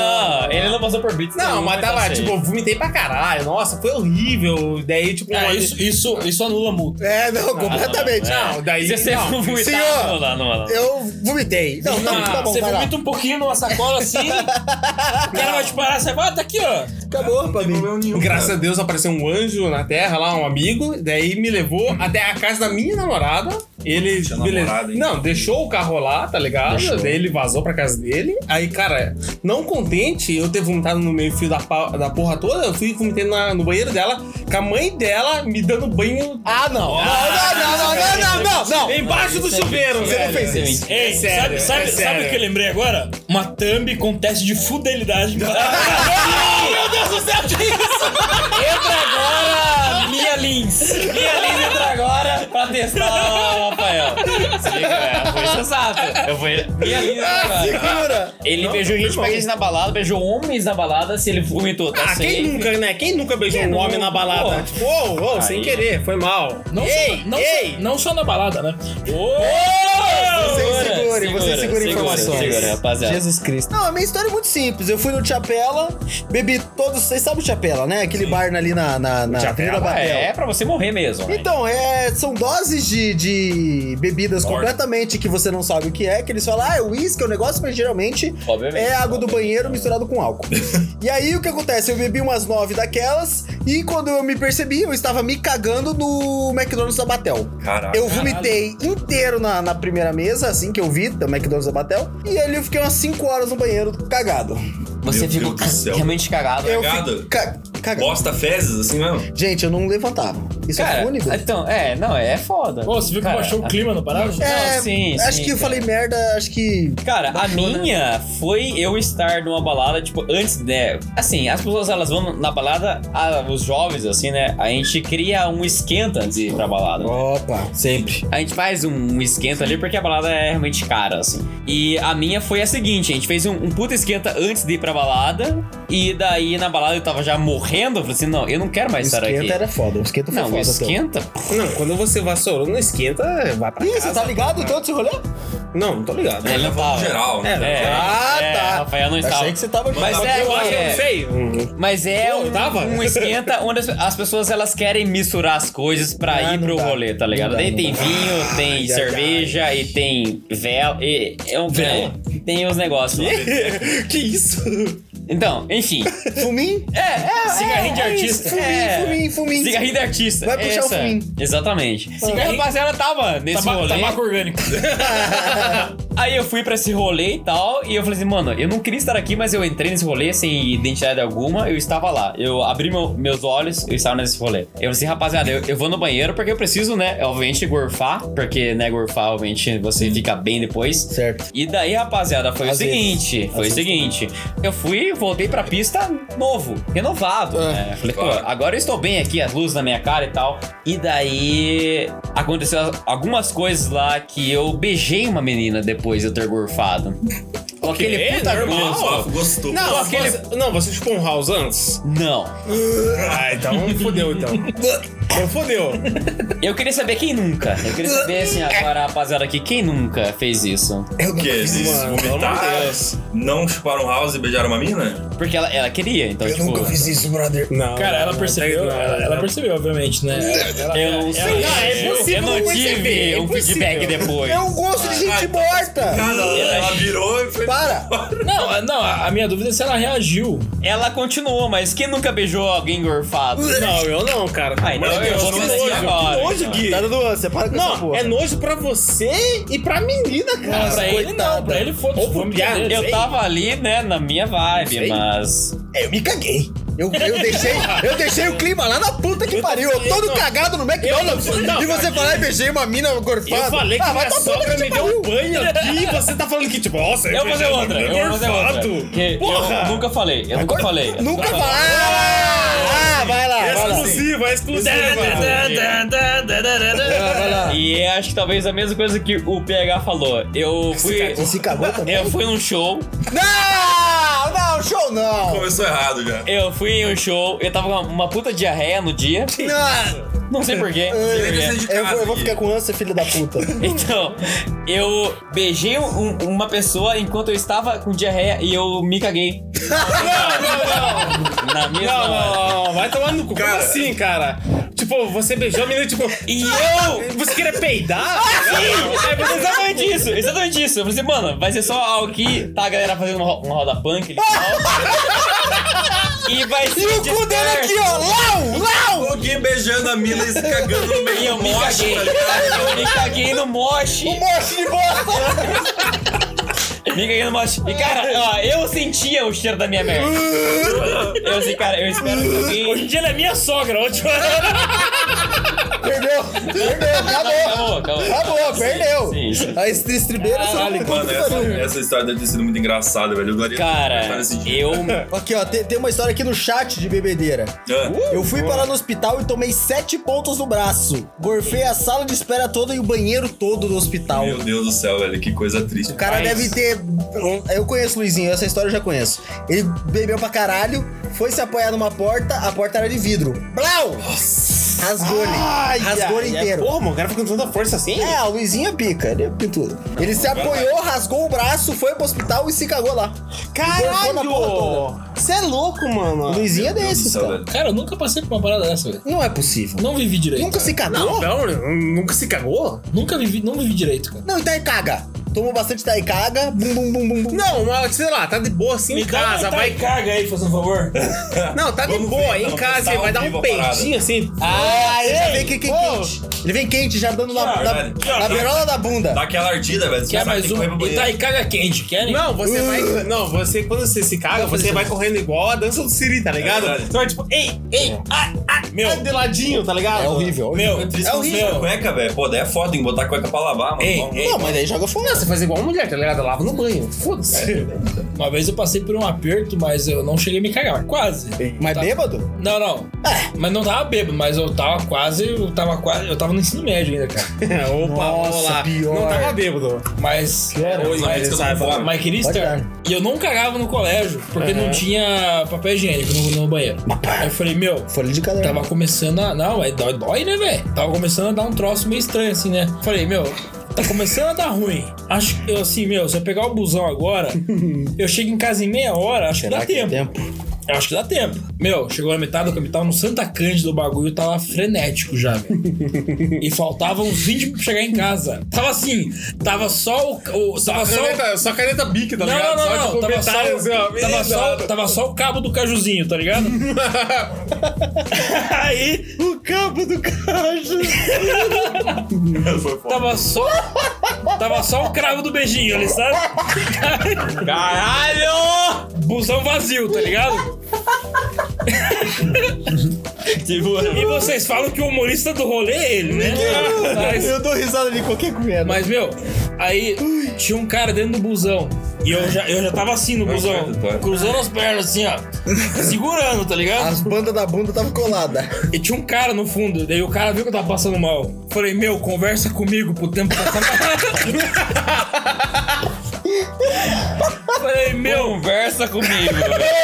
Não, ele não passou por blitz.
Ah, Não,
nenhum, tá
mas tava,
safe.
tipo, eu vomitei pra caralho. Nossa, foi horrível. Daí, tipo,
Ah,
uma-
isso, isso, isso anula a multa.
É, não, completamente.
não,
Não, daí.
Se você
não.
for vomitar,
Senhor,
não, não, não, não.
Eu vomitei. Não, tá,
Ah,
tá bom,
você
vai lá.
vomita um pouquinho numa sacola assim, o cara vai te parar, você vai, ah, tá aqui, ó.
Acabou, pra mim.
nenhum. É.
Graças a
cara.
Deus apareceu um anjo na terra lá, um amigo. Daí me levou até a casa da minha namorada. Ele.
Tinha
me le-
namorada, hein?
não, deixou o carro lá, tá ligado? Daí ele vazou pra casa dele. Aí, cara, não contente eu ter vomitado no meio fio da, pa- da porra toda, eu fui vomitando na- no banheiro dela, com a mãe dela me dando banho. Ah, não! Não, não, não, não, não, não, não! Embaixo do
Isso é
chuveiro,
mentira,
velho.
isso é mentira.
Ei,
sério,
sabe,
é
sabe, sabe o que eu
sério.
lembrei agora? Uma thumb com teste de Ah, fidelidade. Meu Deus do céu, que isso?
Entra agora, Mia Lins. Mia Lins entra agora pra testar o Rafael. Se liga, é, foi sensato. Eu fui... Mia Lins entra agora.
Segura.
Ele beijou gente pra gente na balada, beijou homens na balada, se ele vomitou, tá
Ah, quem
safe.
nunca, né? Quem nunca beijou
Quem
um homem
nunca?
na balada?
Pô.
Tipo, Uou, uou, sem
Aí.
querer, foi mal.
Não,
ei,
só, não,
ei!
Só, não só na balada, né?
Você segure, você segura informações.
Segura, rapaziada.
Jesus Cristo. Não, a minha história é muito simples. Eu fui no Chapela, bebi todos. Vocês sabem o Chapela, né? Aquele bar ali na, na, na Avenida
Ah,
Batel.
é, é pra você morrer mesmo. né?
Então, é, são doses de, de bebidas
Morte.
completamente que você não sabe o que é, que eles falam, ah, é uísque, é um negócio, mas geralmente
Obviamente.
é água do banheiro misturado com álcool. e aí o que acontece? Eu bebi umas nove daquelas e quando eu me percebi, eu estava me cagando no McDonald's da Batel.
Tá
Caraca.
Eu vomitei inteiro na, na primeira mesa, assim que eu vi, da McDonald's da Batel, e ali eu fiquei umas cinco horas no banheiro cagado.
Você
Meu
ficou
Deus do céu.
realmente cagado. né?
Eu
Cagado?
fiquei ca- cagado.
Bosta fezes, assim mesmo?
Gente, eu não levantava. Isso é
Cara,
fúnebre?
então, é, não, é foda.
Pô, você viu que
Cara,
baixou o clima na parada?
É,
É,
não, sim,
acho
sim,
que eu
cara.
falei merda, acho que.
Cara, a
Baixou, né?
minha foi eu estar numa balada, tipo, antes, né? Assim, as pessoas elas vão na balada, ah, os jovens, assim, né? A gente cria um esquenta antes de ir pra balada.
Opa, sempre.
A gente faz um esquenta ali porque a balada é realmente cara, assim. E a minha foi a seguinte: a gente fez um, um puta esquenta antes de ir pra balada. E daí na balada eu tava já morrendo. Eu falei assim: não, eu não quero mais estar
esquenta
aqui.
era foda, o esquenta foi
Não,
foda. então.
esquenta?
Não, quando você vassourou, não esquenta, vai pra
Ih,
casa.
você tá ligado então desse rolê?
tá-
Não, É, não tô ligado.
Ele não
Em
tava.
geral, né?
É,
Ah,
é,
tá.
Rafael não
Eu
estava.
Achei que você tava
Mas
Tava-
é,
Eu acho que
é.
eu não sei.
Mas é
Pô,
um,
tava?
um esquenta onde as, as pessoas elas querem misturar as coisas pra
Ah,
ir
não
pro
dá.
rolê, tá ligado?
Não dá,
Daí
não
tem
dá.
vinho, tem
ai,
cerveja e tem vela. e- é um
Vela?
Tem os negócios. lá.
que isso?
Então, enfim.
Fumin?
É, é.
Cigarrinho
é,
de
é
artista.
isso,
Fumin,
é.
fumin, fumin.
Cigarrinho de artista.
Vai puxar o
essa.
fumin.
Exatamente. Cigarrinho. A rapaziada tava nesse
Tabaco,
rolê.
tabaco orgânico.
Aí eu fui pra esse rolê e tal, e eu falei assim, mano, eu não queria estar aqui, mas eu entrei nesse rolê sem identidade alguma, eu estava lá. Eu abri meu- meus olhos, eu estava nesse rolê. Eu falei assim, rapaziada, eu, eu vou no banheiro porque eu preciso, né, obviamente, gorfar, porque, né, gorfar, obviamente, você fica bem depois.
Certo.
E daí, rapaziada, foi
Às
o seguinte,
vezes.
foi
Às
o
vezes
seguinte, eu fui, voltei pra pista novo, renovado,
É,
né? Falei, pô,
claro.
agora eu estou bem aqui, as luzes na minha cara e tal. E daí, aconteceu algumas coisas lá que eu beijei uma menina depois de eu ter gorfado. Com aquele puta
normal.
gosto.
Gostou.
Não,
Nossa,
aquele... não, você chupou um house antes?
Não.
Ah, então fodeu, então. Então fodeu.
Eu queria saber quem nunca. Eu queria saber, assim, agora, rapaziada aqui, quem nunca fez isso?
É
o que? Eles
Mano, pelo amor de
vomitaram,
Deus.
não chuparam house e beijaram uma mina?
Porque ela, ela queria, então,
Eu
tipo...
nunca fiz isso, brother.
Não.
Cara, ela percebeu,
não,
ela, ela
não.
percebeu, obviamente, né? Ela-
Eu não sei.
Ah, é
eu-
possível
eu não
não
tive
perceber, é
um
possível.
feedback depois.
É um gosto de gente
Ah,
morta!
um.
Cara, ela, ela virou e foi.
Para!
Não, a- não, a a minha dúvida é se ela reagiu.
Ela continuou, mas quem nunca beijou alguém gorfado?
Não, eu não, cara.
Ah, então
Mas
eu
que
vou
nojo,
fazer agora,
Que nojo,
então.
Gui.
Tá dando ânsia, para com essa
Não,
porra.
é nojo pra você e pra menina, cara.
Não, pra ele
coitada.
não, pra ele foda-se.
Ou pro
vamos
piá,
entender.
Eu tava ali, né, na minha vibe,
sei.
mas...
É, eu me caguei. Eu, eu deixei, eu deixei o clima lá na puta que pariu. Eu todo cagado no McDonald's.
Eu não- não,
e você falar e beijei uma mina gorfada.
Eu falei que
ah, vai
minha
pra puta
sogra
que
me
te
deu
pariu.
um banho aqui e você tá falando que, tipo, nossa,
Eu vou fazer
beijei uma
outra, eu
mina
vou fazer outra.
gorfado.
Que
Porra!
Eu nunca falei,
É
eu nunca falei. eu
Nunca falei. Ah, ah, vai lá, vai lá.
É Exclusiva, exclusiva.
Vai lá.
E eu acho que talvez a mesma coisa que o PH falou. Eu fui.
Você se cagou também?
Eu fui num show,
Não, não, show não.
Começou errado já.
eu fui em um show, eu tava com uma, uma puta diarreia no dia.
Não.
Não sei porquê.
Ele nem precisa de
Eu
casa,
vou, eu vou
Gui.
ficar com ânsia, filho da puta.
Então, eu beijei um- uma pessoa enquanto eu estava com diarreia e eu me caguei. Não, não, não. Na mesma hora.
Não, não, não, vai tomar no cu.
Cara.
Como assim, cara? Tipo, você beijou a menina, tipo...
E eu
Você queria peidar? Sim!
É Exatamente isso, exatamente isso. Eu falei assim, mano, vai ser só algo que tá a galera fazendo uma ro- uma roda punk e tal. E vai ser. um
E o cu dele
disperso.
aqui, ó. Lau, lau.
Alguém beijando a mina e se cagando no
E
meio
eu
do
me
moche,
caguei.
tá ligado?
Eu me caguei no moche. Me
Moche Um de bosta.
caguei no moche. E cara, ó, eu sentia o cheiro da minha merda. Eu assim, cara, eu espero que
Hoje
alguém.
em dia ela é minha sogra, hoje
Perdeu, perdeu,
Calma,
acabou.
calma.
Acabou, perdeu.
Sim, sim.
A estribeira só
Caralho,
não
Mano, essa, essa história deve ter sido muito engraçada, velho. Eu daria pra
Cara,
nesse dia.
eu.
Aqui, ó, tem, tem uma história aqui no chat de bebedeira.
Ah,
Eu fui parar no hospital e tomei sete pontos no braço. Gorfei a sala de espera toda e o banheiro todo do hospital.
Meu Deus do céu, velho. Que coisa triste.
O cara
Mas-
deve ter. um, Eu conheço o Luizinho, essa história eu já conheço. Ele bebeu pra caralho, foi se apoiar numa porta, a porta era de vidro. Blau! Rasgou-lhe. Rasgou-lhe inteiro.
Porra, mano, o cara ficou com tanta força assim?
É, o Luizinho é pica, ele é pintura. Ele se apoiou, rasgou o braço, foi pro hospital e se cagou lá. Gorfou na porra toda.
Caralho! Você é louco,
O
mano.
Luizinho é
Meu Deus do
desses,
céu,
cara.
velho.
Cara, eu nunca passei por uma parada dessa, velho.
Não é possível.
Não vivi direito.
Nunca se cagou?
Não, nunca se cagou?
Nunca vivi, não vivi direito, cara.
Não, então é caga. Tomou bastante daí caga. Bum, bum, bum, bum, bum.
Não, mas sei lá, tá de boa assim em casa, vai.
Caga aí, fazendo favor.
Não, tá de
Vamos
boa
ver,
em
não,
casa,
tá
ele vai
ao
dar
vivo
um
a parada.
peitinho assim.
Ah, ele já
ei,
vem que- que-
pô.
quente. Ele vem quente, já dando na,
Ah,
na,
velho.
na beirola da bunda.
Dá aquela ardida, velho.
Quer
Você
mais
tem que correr
um?
pro
E
banheiro.
tá aí, caga quente, querem?
Não, você vai. Não, você, quando você se caga, Uh. você vai correndo igual a dança do Siri, tá ligado?
verdade.
Você vai tipo, ei, ei, ai, ai, meu. de ladinho, tá ligado?
É horrível.
Meu, é triste
é
quando você
horrível.
tira a cueca, velho. Pô, daí é foda, tem que botar a cueca pra lavar, mano.
Ei,
Bom,
ei.
Não, mas aí joga fora.
Não, você faz igual a mulher, tá ligado? Lava no banho. Foda-se.
Uma vez eu passei por um aperto, mas eu não cheguei a me cagar. Quase.
Mas
Tá.
bêbado?
Não, não.
É.
Mas não tava bêbado, mas eu tava quase. Eu tava quase. Eu tava no ensino médio ainda, cara.
É, Opa, vamos
Nossa,
lá.
pior.
Não tava bêbado.
Mas.
Os amigos que eu tô com fome.
Mas queria estar. E eu não cagava no colégio, porque não tinha papel higiênico no, no banheiro. Aí eu falei, meu,
Folha de caderno.
Tava começando a. Não, é dói, dói, né, velho? Tava começando a dar um troço meio estranho, assim, né? Falei, meu, tá começando a dar ruim. Acho que eu, assim, meu, se eu pegar o busão agora, eu chego em casa em meia hora, acho que dá
Será que
tempo. Eu acho que dá tempo. Meu, chegou na metade do capital no Santa Cândida, o bagulho tava frenético já, velho. e faltava uns 20 pra chegar em casa. Tava assim, tava só o. o tava só. o-
Caneta, só caneta bique, tá
Não, não,
ligado?
não,
só
não.
tipo
Tava
metade,
só,
assim, ó.
tava, só, tava só o cabo do cajuzinho, tá ligado? Aí
O campo do cacho.
Tava só. Tava só o cravo do beijinho ali, sabe?
Caralho!
Busão vazio, tá ligado? E vocês falam que o humorista do rolê é ele, né? Mas,
Eu dou risada de qualquer coisa.
mas, meu, aí tinha um cara dentro do busão. E eu já, eu já tava assim no busão, cruzando as pernas, assim, ó. Segurando, tá ligado?
As bandas da bunda estavam coladas.
E tinha um cara no fundo, daí o cara viu que eu tava passando mal. Falei, meu, tá conversa comigo pro tempo passar mais rápido. falei, meu,
Conversa comigo.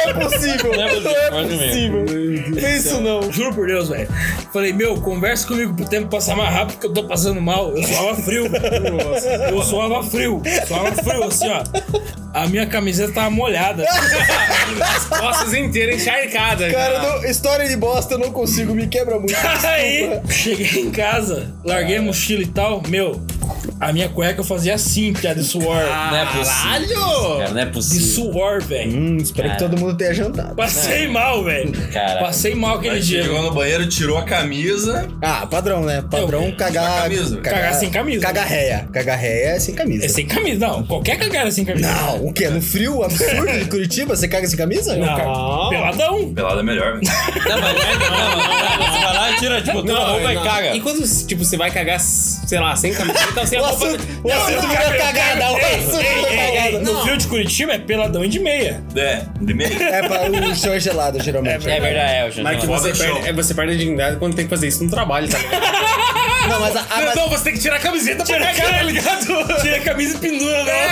É possível.
Lembra disso? Conversa comigo.
Vê isso não.
juro por Deus, velho. Falei, meu, conversa comigo pro tempo passar mais rápido que eu tô passando mal. Eu suava frio. eu suava frio. Suava frio, assim, ó. A minha camiseta tava molhada.
As costas inteiras encharcadas.
Cara, não- história de bosta, eu não consigo, me quebra muito.
Aí, cheguei em casa, larguei a mochila e tal. Meu, a minha cueca eu fazia assim, cara, de suor. né,
Não é possível.
Caralho!
Cara, não é
De
possível.
suor, velho.
Hum, espero que
Cara.
todo mundo tenha jantado.
Passei mal, velho.
Caralho.
Passei mal aquele
Aí
dia.
chegou no banheiro, tirou a camisa.
Ah, padrão, né? Padrão cagar.
camisa.
Cagar é, sem camisa.
Cagar réia. Cagar réia é sem camisa.
É sem camisa, não. Qualquer cagada é sem camisa.
Não, o quê? No frio absurdo de Curitiba, você caga sem camisa?
Não. Peladão.
Pelada é melhor, velho.
Não, mas não, não, não, não, não. Você vai lá e tira, tipo, toda a roupa e caga.
E quando, tipo, você vai cagar, sei lá, sem camiseta, sem a
O
roupa...
assunto, o assunto virou é
é
cagada, o assunto virou é cagada.
No frio de Curitiba é peladão e de meia.
É, de meio.
É, pra, o chão é gelado, geralmente.
É verdade, é, eu já
Mas que
não.
você
Foda show.
perde, é, você perde a dignidade quando tem que fazer isso no trabalho, tá ligado?
Não, mas a... a- mas-
Então você tem que tirar a camiseta pra cagar, tá ligado?
Tira a camisa e pendura, né?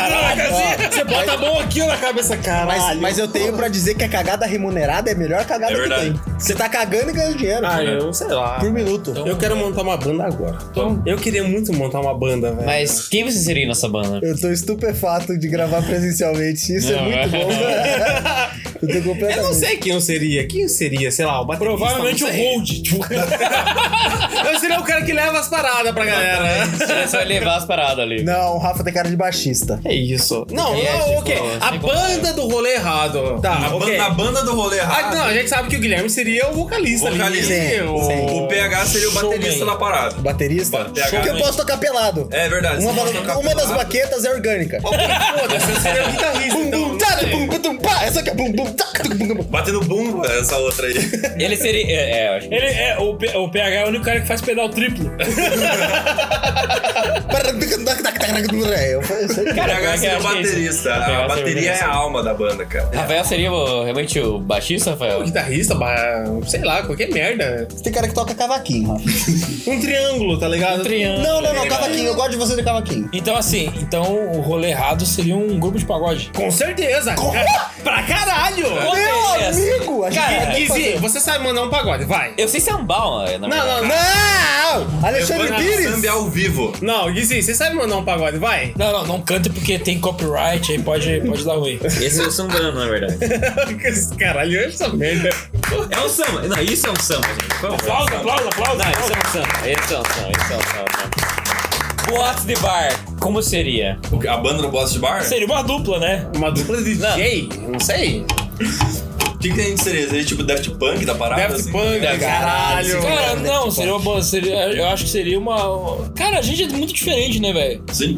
ó,
Você bota a mão aqui na cabeça, caralho.
mas, mas eu tenho pra dizer que a cagada remunerada é a melhor cagada
É
que
verdade.
tem. Você tá cagando e ganhando dinheiro.
Ah, eu sei lá.
Por minuto.
Eu quero montar uma banda agora. Eu queria muito montar uma banda, velho.
Mas quem você seria nessa banda?
Eu tô estupefato de gravar presencialmente. Isso é
Não,
muito
é.
bom. eu tô completamente.
Eu não sei quem eu seria. Quem eu seria? Sei lá, o baterista.
Provavelmente
não
o
sei.
Hold. Tipo,
Eu seria o cara que leva as paradas pra galera.
Você vai levar as paradas ali.
Não, o Rafa tem cara de baixista.
É assim, isso. Não,
É,
não,
tipo,
ok.
sem
A banda do rolê errado. Tá,
A,
ok.
banda, a banda do rolê
Ah,
errado.
não, a gente sabe que o Guilherme seria o vocalista,
Vocalista.
ali. né?
Sim,
o...
sim.
O PH seria o baterista
Showman.
da parada.
Baterista.
Ba- PH,
Porque eu
né?
posso tocar pelado.
É verdade.
Uma,
você
ba-
pode tocar
uma das
pelado.
baquetas é orgânica.
Foda-se, eu seria o guitarrista.
Bum,
então,
bum,
não
tá,
sei.
bum, bum, tum, pá. Essa aqui é bum, bum, tá, tum, bum, bum.
Batendo bumbo essa outra aí.
Ele seria. É, é, eu acho.
ele é, o, P- o PH é o único cara que faz pedal triplo.
É, eu falei, eu sei.
O
Cara, pior
PH
que eu
seria o
acho que é isso.
baterista.
O PH
A
seria o
bateria é
baterista.
a alma da banda, cara.
Rafael seria o- realmente o baixista, Rafael?
O guitarrista, ba- sei lá, qualquer merda.
Tem cara que toca cavaquinho, Rafa.
Um triângulo, tá
Ah,
ligado?
Um triângulo.
Não, não, não, cavaquinho. Eu gosto de você de cavaquinho.
Então, assim, então o rolê errado seria um grupo de pagode.
Com certeza. pra caralho.
Meu
é essa?
amigo! A gente
Cara,
vai
Guizi,
fazer.
você sabe mandar um pagode, vai.
Eu sei sambar, mano.
Não, não, não.
Não! Alexandre
Banda
É Pires!
Samba ao vivo.
Não, Guizi, você sabe mandar um pagode, vai.
Não, não, não canta porque tem copyright, aí pode, pode dar ruim.
Esse é o sambando, na verdade.
Caralho, essa merda.
É um samba. Não, isso é um samba, gente. Vamos lá.
Aplausos, aplausos, aplausos.
Não, isso é um samba. Esse é um samba, esse é um samba. Boate de bar, como seria?
A banda do Boss de Bar?
é
Seria uma dupla, né?
Uma dupla de
Não.
DJ? Não sei.
O que, que a gente seria? Seria tipo Daft Punk da parada?
Daft
assim?
Punk,
Deve-
caralho.
Cara,
tipo,
não, seria uma boa. Seria, eu acho que seria uma. Cara, a gente é muito diferente, né, velho?
Sim.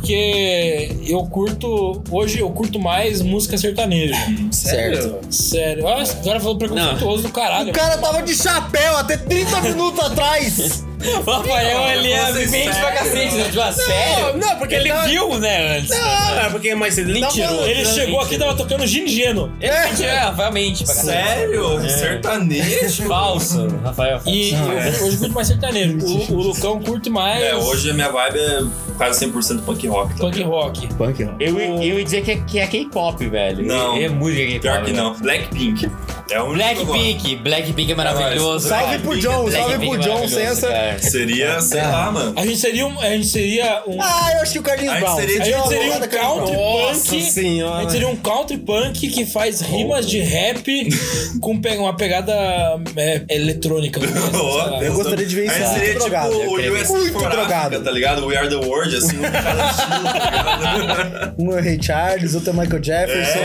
Porque eu curto. Hoje eu curto mais música sertaneja.
Certo.
Sério. Olha, o cara falou preconceituoso do caralho.
O cara tava de chapéu até 30 minutos atrás!
O Rafael, ele é
vocês
mente pra
sério?
cacete, né? Tipo, a sério?
Não, porque
Ele
ele tava-
viu, né, antes.
Não, é porque mais cedo ele tava
Mentiroso.
falando.
Ele chegou aqui e tava tocando Gingeno.
Ele é, é Rafael mente pra cacete. É.
Sério? Um Sertanejo?
Falso, Rafael.
E eu- hoje eu curto mais sertanejo. O, o Lucão curte mais
É, hoje a minha vibe é quase 100% punk rock. tá?
punk rock.
Punk, ó.
Eu, eu ia dizer que é, que é K-pop, velho.
Não.
É música K-pop.
Pior que
velho.
não. Blackpink. É o único que eu gosto.
Blackpink, Blackpink é maravilhoso.
Salve
cara.
pro John, salve
Blackpink
pro
é
John,
maravilhoso,
Sensa.
cara.
Seria, sei lá, mano.
A gente seria um. A gente seria um.
Ah, eu acho que o Carlinhos
Aí
Brown.
seria-
a
de
gente
uma
seria um
bolada, Carlinhos
country
Brown.
punk.
senhora.
A gente seria um country punk que faz rimas de rap com pe- uma pegada é, eletrônica. né? Sei lá.
Eu gostaria de ver isso
Aí
muito
seria
drogado.
tipo
Eu
o
queria.
US
Muito
for Africa,
drogado.
tá ligado? We are the world, assim, um cada estilo, tá ligado?
Um é o Ray Charles, outro é o Michael Jefferson.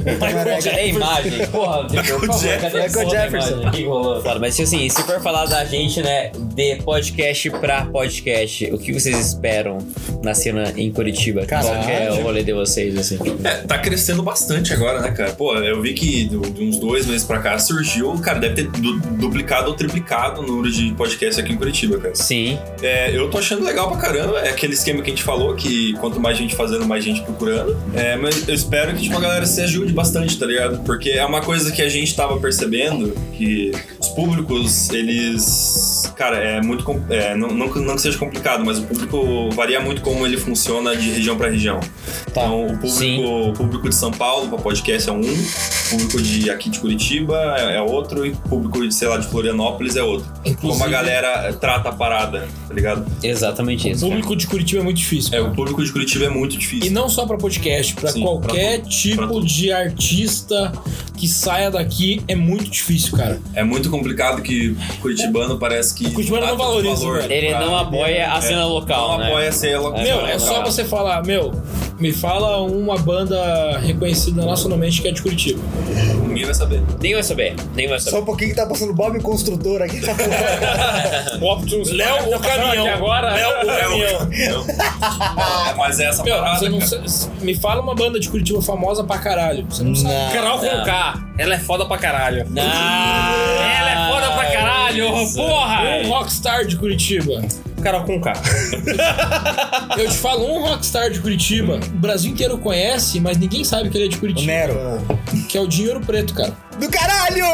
Sim.
Michael
Cadê a imagem? Porra, tipo, por favor, cadê a
Jefferson.
foto da
Jefferson.
imagem? O que que rolou? Claro, Mas assim, se for falar da gente, né, de podcast pra podcast, o que vocês esperam na cena em Curitiba? Qual
Caralho.
que é o rolê de vocês, assim?
É, tá crescendo bastante agora, né, cara? Pô, eu vi que do- de uns dois meses pra cá surgiu, cara, deve ter du- duplicado ou triplicado o número de podcasts aqui em Curitiba, cara.
Sim.
É, eu tô achando legal pra caramba. É aquele esquema que a gente falou, que quanto mais gente fazendo, mais gente procurando. É, mas eu espero que tipo, a galera se ajude bastante, tá ligado? Porque é uma coisa que a gente tava percebendo, que os públicos, eles Mas, cara, é muito. com- é, não, não, que- não que seja complicado, mas o público varia muito como ele funciona de região pra região. Então, o público,
Sim.
o público de São Paulo pra podcast é um, o público de aqui de Curitiba é, é outro, e o público de, sei lá, de Florianópolis é outro. Como a galera trata a parada, tá ligado?
Exatamente
O
isso.
público de Curitiba é muito difícil.
É, o público de Curitiba é muito difícil.
E não só pra podcast, pra
Sim,
qualquer
pra
tipo
tudo.
de artista que saia daqui é muito difícil, cara.
É muito complicado que Curitibano parece que.
O curitibano não
dá tanto
valoriza,
valor
velho.
Ele
pra-
não apoia a cena local,
Não
né?
apoia ser local.
meu, é
cara.
só você falar, meu, me fala uma banda reconhecida nacionalmente que é de Curitiba.
Ninguém vai saber.
Nem vai saber, nem vai
Só
saber.
um pouquinho que tá passando Bob Construtor aqui.
Léo, o caminhão.
agora?
Léo, o caminhão.
Ah.
É, Mas é essa
Meu,
parada.
você não
cara.
sa- me fala uma banda de Curitiba famosa pra caralho. Você não sabe.
Carol com
Não.
K. Ela é foda pra caralho.
Não.
Ela é foda pra caralho,
Ah, Isso.
porra!
Hum.
Um rockstar de Curitiba.
Carol com K.
Eu te falo, um rockstar de Curitiba. O Brasil inteiro conhece, mas ninguém sabe que ele é de Curitiba.
Nero. Né?
Que é o Dinheiro Preto, cara.
Do caralho!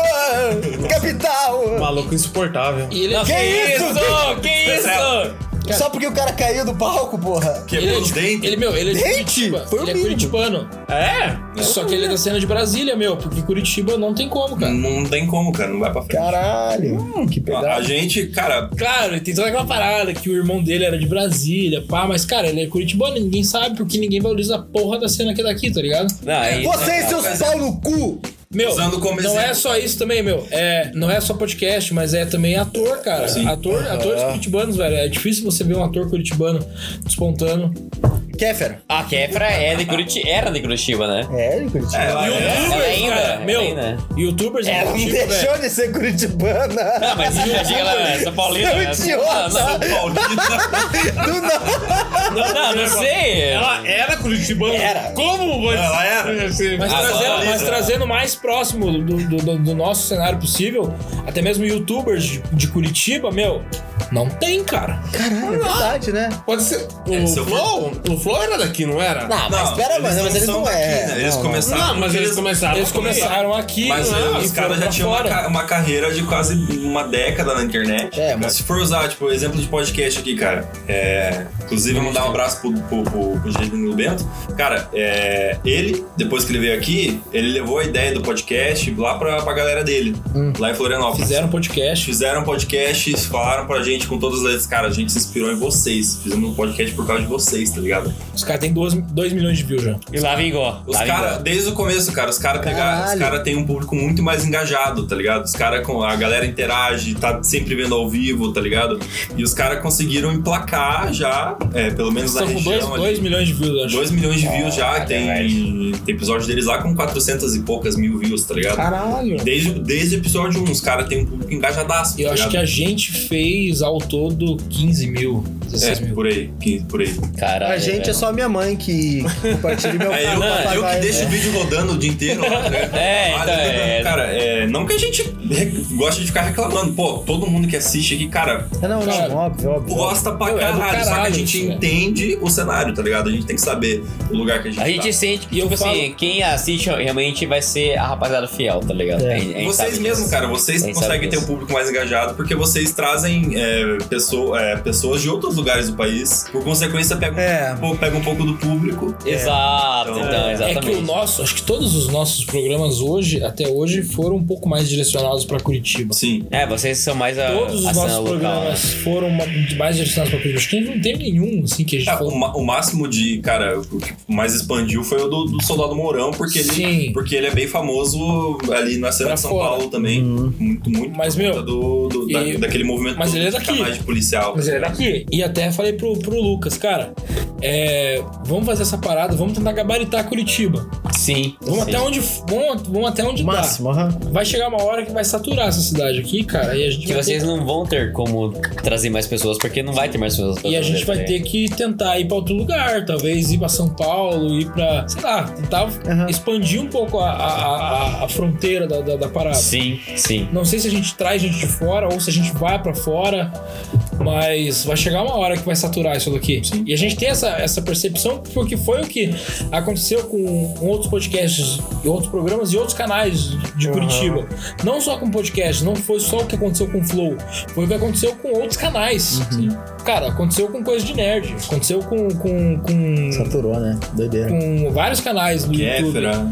Capital!
Maluco insuportável.
E ele é
Que isso?
Isso! Que isso?
Só porque o cara caiu do palco, porra.
Ele
Quebrou
é
os
de,
dentes.
ele, meu, ele é de
Dente?
Curitiba.
Foi o
ele é
mínimo.
curitibano.
É?
Só que ele é da cena de Brasília, meu. Porque Curitiba não tem como, cara.
Não tem como, cara. Não vai pra frente.
Caralho. que
A- a
pegada.
gente, cara,
Claro, ele tem toda aquela parada que o irmão dele era de Brasília, pá. Mas, cara, ele é curitibano. Ninguém sabe porque ninguém valoriza a porra da cena que é daqui, tá ligado?
Não, é isso.
Vocês, seus pau no cu!
Meu,
Usando como
não
exemplo.
é só isso também, meu. É, não é só podcast, mas é também ator, cara.
Sim.
Ator, atores curitibanos, velho. É difícil você ver um ator curitibano despontando.
Kéfera.
A Kefra é de Curitiba, era de Curitiba, né?
É, de Curitiba.
ela é-
Ela ainda,
cara,
ela
meu,
ainda.
youtubers é
Ela não
Curitiba, velho.
deixou de ser
Ah,
curitibana.
mas eu digo ela é São Paulina.
Seu
né?
idiota.
Não,
Paulina.
Do nada.
Não, não, não sei.
Ela era curitibana.
Era.
Como você...
Ela era.
Assim,
Mas,
Ah,
trazendo,
valoriza.
mas trazendo mais próximo do, do- do- do nosso cenário possível, até mesmo youtubers de, de Curitiba, meu, não tem, cara.
Caralho, é verdade, né?
Pode ser. O
É, se eu for-
Flow? O Flow era daqui, não era?
Ah,
Não, mas espera,
eles
mano, mas eles
são
não é.
daqui, né? Eles
Não, não.
começaram.
Não, mas eles começaram.
Eles
aqui.
começaram aqui,
Mas
né,
os
e
caras
foram
já
pra
tinham uma,
fora.
ca- uma carreira de quase uma década na internet.
É, mas-
Se for usar, tipo, exemplo de podcast aqui, cara. É... Inclusive, mandar um abraço pro, pro, pro, pro Genuíno Bento. Cara, é... ele, depois que ele veio aqui, ele levou a ideia do podcast lá pra, pra galera dele,
Hum.
lá em Florianópolis.
Fizeram podcast.
Fizeram podcast, falaram pra gente com todas as. Cara, a gente se inspirou em vocês. Fizemos um podcast por causa de vocês, tá ligado?
Os caras têm 2 milhões de views já.
E lá vingou.
Os
lá vingou.
caras, desde o começo, cara, os caras
Caralho.
cara têm um público muito mais engajado, tá ligado? Os caras com. A galera interage, tá sempre vendo ao vivo, tá ligado? E os caras conseguiram emplacar já, é, pelo menos
Estão
na
com 2
região. ali,
milhões de views, eu acho.
2 milhões de views já, tem, tem episódio deles lá com 400 e poucas mil views, tá ligado?
Caralho.
Desde, desde o episódio 1, os caras têm um público engajadaço.
Eu
tá
acho que
ligado?
a gente fez ao todo 15 mil, 16
é,
mil.
por aí, que- por aí.
Caralho,
A gente é
velho.
só a minha mãe que compartilha meu
É, eu,
meu
Não,
eu que
papagaio. né?
deixo o vídeo rodando o dia inteiro. lá, né?
É, então, é.
Cara, é, não que a gente re- goste de ficar reclamando. Pô, todo mundo que assiste aqui, cara,
É, Não,
Cara,
não, óbvio, óbvio.
gosta pra
Meu, é do
caralho. Só que a
caralho
gente
isso, né?
entende o cenário, tá ligado? A gente tem que saber o lugar que a gente
A
tá.
gente sente que,
E eu
tipo assim, quem assiste realmente vai ser a rapaziada fiel, tá ligado?
É.
A gente- a gente
Vocês
sabe
mesmo,
disso.
cara, vocês
A gente
conseguem
sabe
ter um
disso.
público mais engajado porque vocês trazem é, pessoa- é, pessoas de outros lugares do país. Por consequência, pega um,
É.
pô, pega um pouco do público.
Exato,
Então,
então,
é.
É
exatamente.
que o nosso, acho que todos os nossos programas hoje, até hoje, foram um pouco mais direcionados pra Curitiba.
Sim.
É, vocês são mais a,
Todos
a
os
cena
nossos
assim, é local, né?
programas foram ma- mais direcionados pra Curitiba. Acho que não tem nenhum, assim, que a gente
Ah, o,
falou.
ma- o máximo de, cara, o que mais expandiu foi o do, do Soldado Mourão, porque ele,
Sim.
porque ele é bem famoso ali na cena
Pra
de São
fora.
Paulo também.
Uhum.
Muito, muito.
Mas,
por
meu,
conta do, do- da-
e-
daquele movimento
mas
todo
ele é
de
daqui.
camada de policial.
Mas ele é daqui. E até falei pro, pro Lucas, cara, é, vamos fazer essa parada, vamos tentar gabaritar Curitiba.
Sim.
Vamos
sim.
até onde. Vamos, vamos até onde dá.
Máximo, aham.
Vai chegar uma hora que vai saturar essa cidade aqui, cara. E a gente
Que
vai ter
vocês não vão ter como trazer mais pessoas, porque não vai ter mais pessoas. pra
E a
trazer,
gente vai
tá
ter que tentar ir pra outro lugar, talvez ir pra São Paulo, ir pra. sei lá, tentar
Aham.
expandir um pouco a, a, a- a fronteira da, da, da parada.
Sim, sim.
Não sei se a gente traz gente de fora ou se a gente vai pra fora. Mas vai chegar uma hora que vai saturar isso daqui. E a gente tem essa, essa percepção porque foi o que aconteceu com, com outros podcasts, e outros programas e outros canais de Curitiba. Não só com podcast, não foi só o que aconteceu com o Flow, foi o que aconteceu com outros canais. Cara, aconteceu com coisa de nerd, aconteceu com. com, com
Saturou, né? Doideira.
com vários canais é do YouTube.
Kéfera.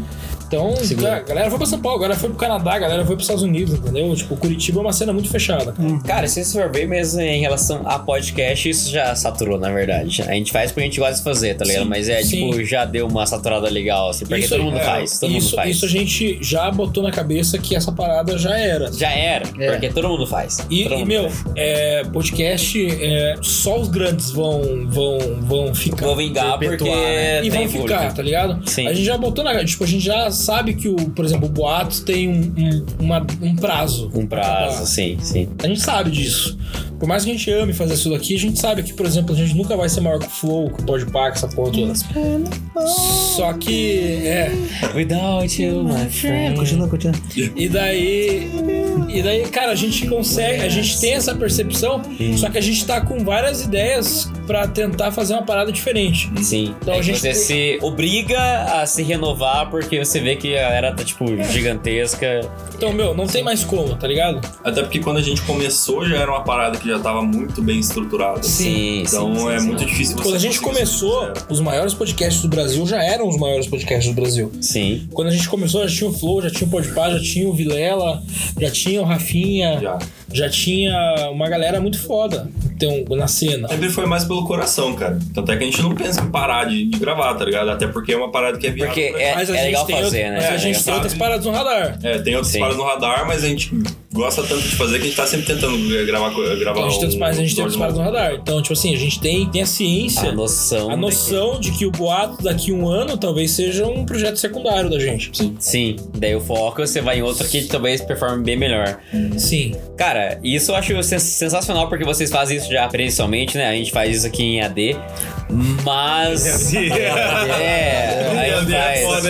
Então,
Segura.
a galera foi pra São Paulo, a galera foi pro Canadá, a galera foi pros Estados Unidos, entendeu? Tipo, Curitiba é uma cena muito fechada. cara.
Cara, se você for bem mesmo em relação a podcast, isso já saturou, na verdade. A gente faz porque a gente gosta de fazer, tá ligado?
Sim,
Mas é,
sim.
tipo, já deu uma saturada legal, assim, porque
Isso
todo
aí,
mundo
é,
faz, todo mundo
isso,
faz.
isso a gente já botou na cabeça que essa parada já era.
Já era,
É.
porque todo mundo faz.
E,
Todo
e,
mundo
meu,
faz.
é, podcast, é, só os grandes vão, vão, vão ficar.
Vou vingar porque
perpetuar, né?
e
tem
vão
público.
ficar, tá ligado?
Sim.
A gente já botou na. Tipo, a gente já sabe que, o, por exemplo, o boato tem um, um, uma- um prazo.
Um prazo, sim, sim.
A gente sabe disso. Por mais que a gente ame fazer isso daqui, a gente sabe que, por exemplo, a gente nunca vai ser maior que o Flow, que o Podpah, que essa porra toda. Só que, é.
Without you, my friend.
continua.
E daí. E daí, cara, a gente consegue. A gente tem essa percepção, só que a gente tá com várias ideias pra tentar fazer uma parada diferente.
Sim.
Então
Aí
a gente
você
tem-
se obriga a se renovar porque você vê que a galera tá, tipo,
É.
gigantesca.
Então, meu, não tem mais como, tá ligado?
Até porque quando a gente começou já era uma parada que já tava muito bem estruturada.
Sim,
Então
sim, sim,
é
sim.
muito difícil você
Quando a gente
conseguir
começou,
subir,
os maiores podcasts do Brasil já eram os maiores podcasts do Brasil.
Sim.
Quando a gente começou, já tinha o Flow, já tinha o Podpah, já tinha o Vilela, já tinha o Rafinha,
Já.
já tinha uma galera muito foda então, na cena.
Sempre foi mais pelo coração, cara. Tanto é que a gente não pensa em parar de, de gravar, tá ligado? Até porque é uma parada que é viável.
Porque
pra-
é,
Mas a
é
gente
legal
tem
fazer,
outro-
né?
Mas
É
a gente
legal
tem
fazer.
outras paradas no radar.
É, tem outros
Sim.
pares no radar, mas a gente gosta tanto de fazer que a gente tá sempre tentando eh, gravar. co- gravar
É
Então, a gente tem os
um
pares, a gente tem os pares
episódio
no
novo.
radar. Então, tipo assim, a gente tem, tem a ciência,
A noção.
a noção de que o boato daqui um ano talvez seja um projeto secundário da gente. Sim.
Sim, daí o foco você vai em outra que talvez performe bem melhor. Cara, isso eu acho sens- sensacional porque vocês fazem isso já presencialmente, né? A gente faz isso aqui em AD, mas. É, a gente faz.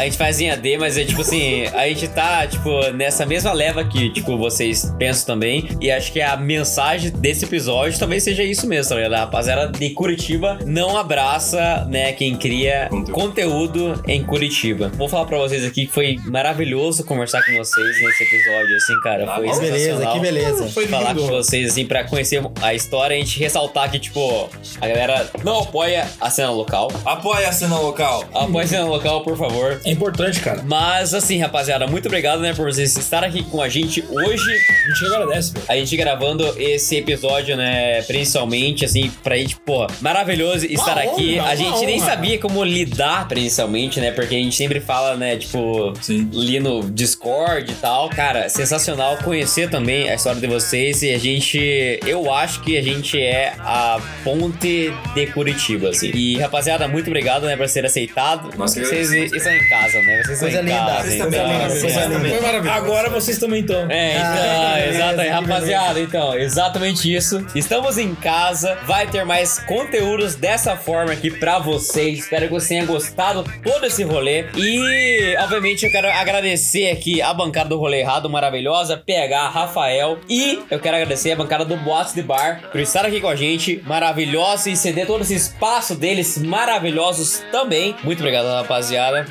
A gente faz em AD, mas é tipo assim, a gente tá, tipo, nessa mesma leva que, tipo, vocês pensam também. E acho que a mensagem desse episódio talvez seja isso mesmo, tá ligado? A rapaziada de Curitiba não abraça, né, quem cria
Conteúdo.
conteúdo em Curitiba. Vou falar pra vocês aqui que foi maravilhoso conversar com vocês nesse episódio, assim, cara.
Ah,
Foi
que
Que beleza,
sensacional.
que beleza.
Foi
Falar com
lindo.
vocês, assim, pra conhecer a história, a gente ressaltar que, tipo, a galera não apoia a cena local.
Apoia a cena local.
Apoia a cena local, por favor.
É importante, cara.
Mas assim, rapaziada, muito obrigado, né, por vocês estarem aqui com a gente hoje.
A gente agradece, velho.
A gente gravando esse episódio, né, principalmente, assim, pra gente, pô, maravilhoso estar aqui.
honra,
a
uma
gente nem
honra.
sabia como lidar, principalmente, né, porque a gente sempre fala, né, tipo,
Sim.
ali no Discord e tal. Cara, sensacional conhecer também a história de vocês e a gente, eu acho que a gente é a ponte de Curitiba, assim. E, rapaziada, muito obrigado, né, por ser aceitado.
Nós que
vocês
agradecemos.
estão em casa, né? Vocês estão
Coisa
em
linda,
casa.
vocês né?
Vocês também,
então,
linda,
assim,
vocês
é.
também.
Foi maravilhoso.
Agora vocês também estão.
É,
Ah,
então,
que beleza,
exato aí,
que beleza.
rapaziada. Então, exatamente isso. Estamos em casa, vai ter mais conteúdos dessa forma aqui pra vocês. Espero que vocês tenham gostado todo esse rolê. E, obviamente, eu quero agradecer aqui a bancada do Rolê Errado, maravilhosa, PH, Rafael. E eu quero agradecer a bancada do Boatos de Bar por estar aqui com a gente, maravilhosa, e ceder todo esse espaço deles, maravilhosos também. Muito obrigado, rapaziada.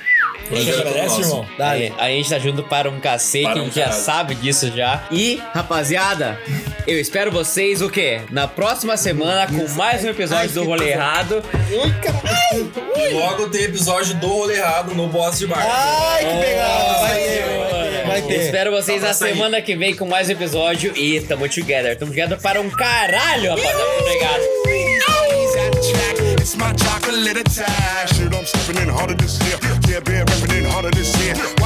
A gente
Projeto
agradece,
nosso.
irmão.
Dale.
É, a gente tá junto para um cacete,
Para
a
um
gente já
caralho.
sabe disso já. E, rapaziada, eu espero vocês o quê? Na próxima semana com mais um episódio do Rolê Errado.
Logo tem episódio do Rolê Errado no Boss de Bar.
Ai, que pegada! Vai
Senhora.
ter, vai ter.
Espero vocês
Tá pra
na
sair.
semana que vem com mais um episódio. E tamo together. Tamo together para um caralho, rapaziada. Obrigado.
It's my chocolate attack. Shit, I'm stepping in harder this year. Yeah, been repping in harder this year.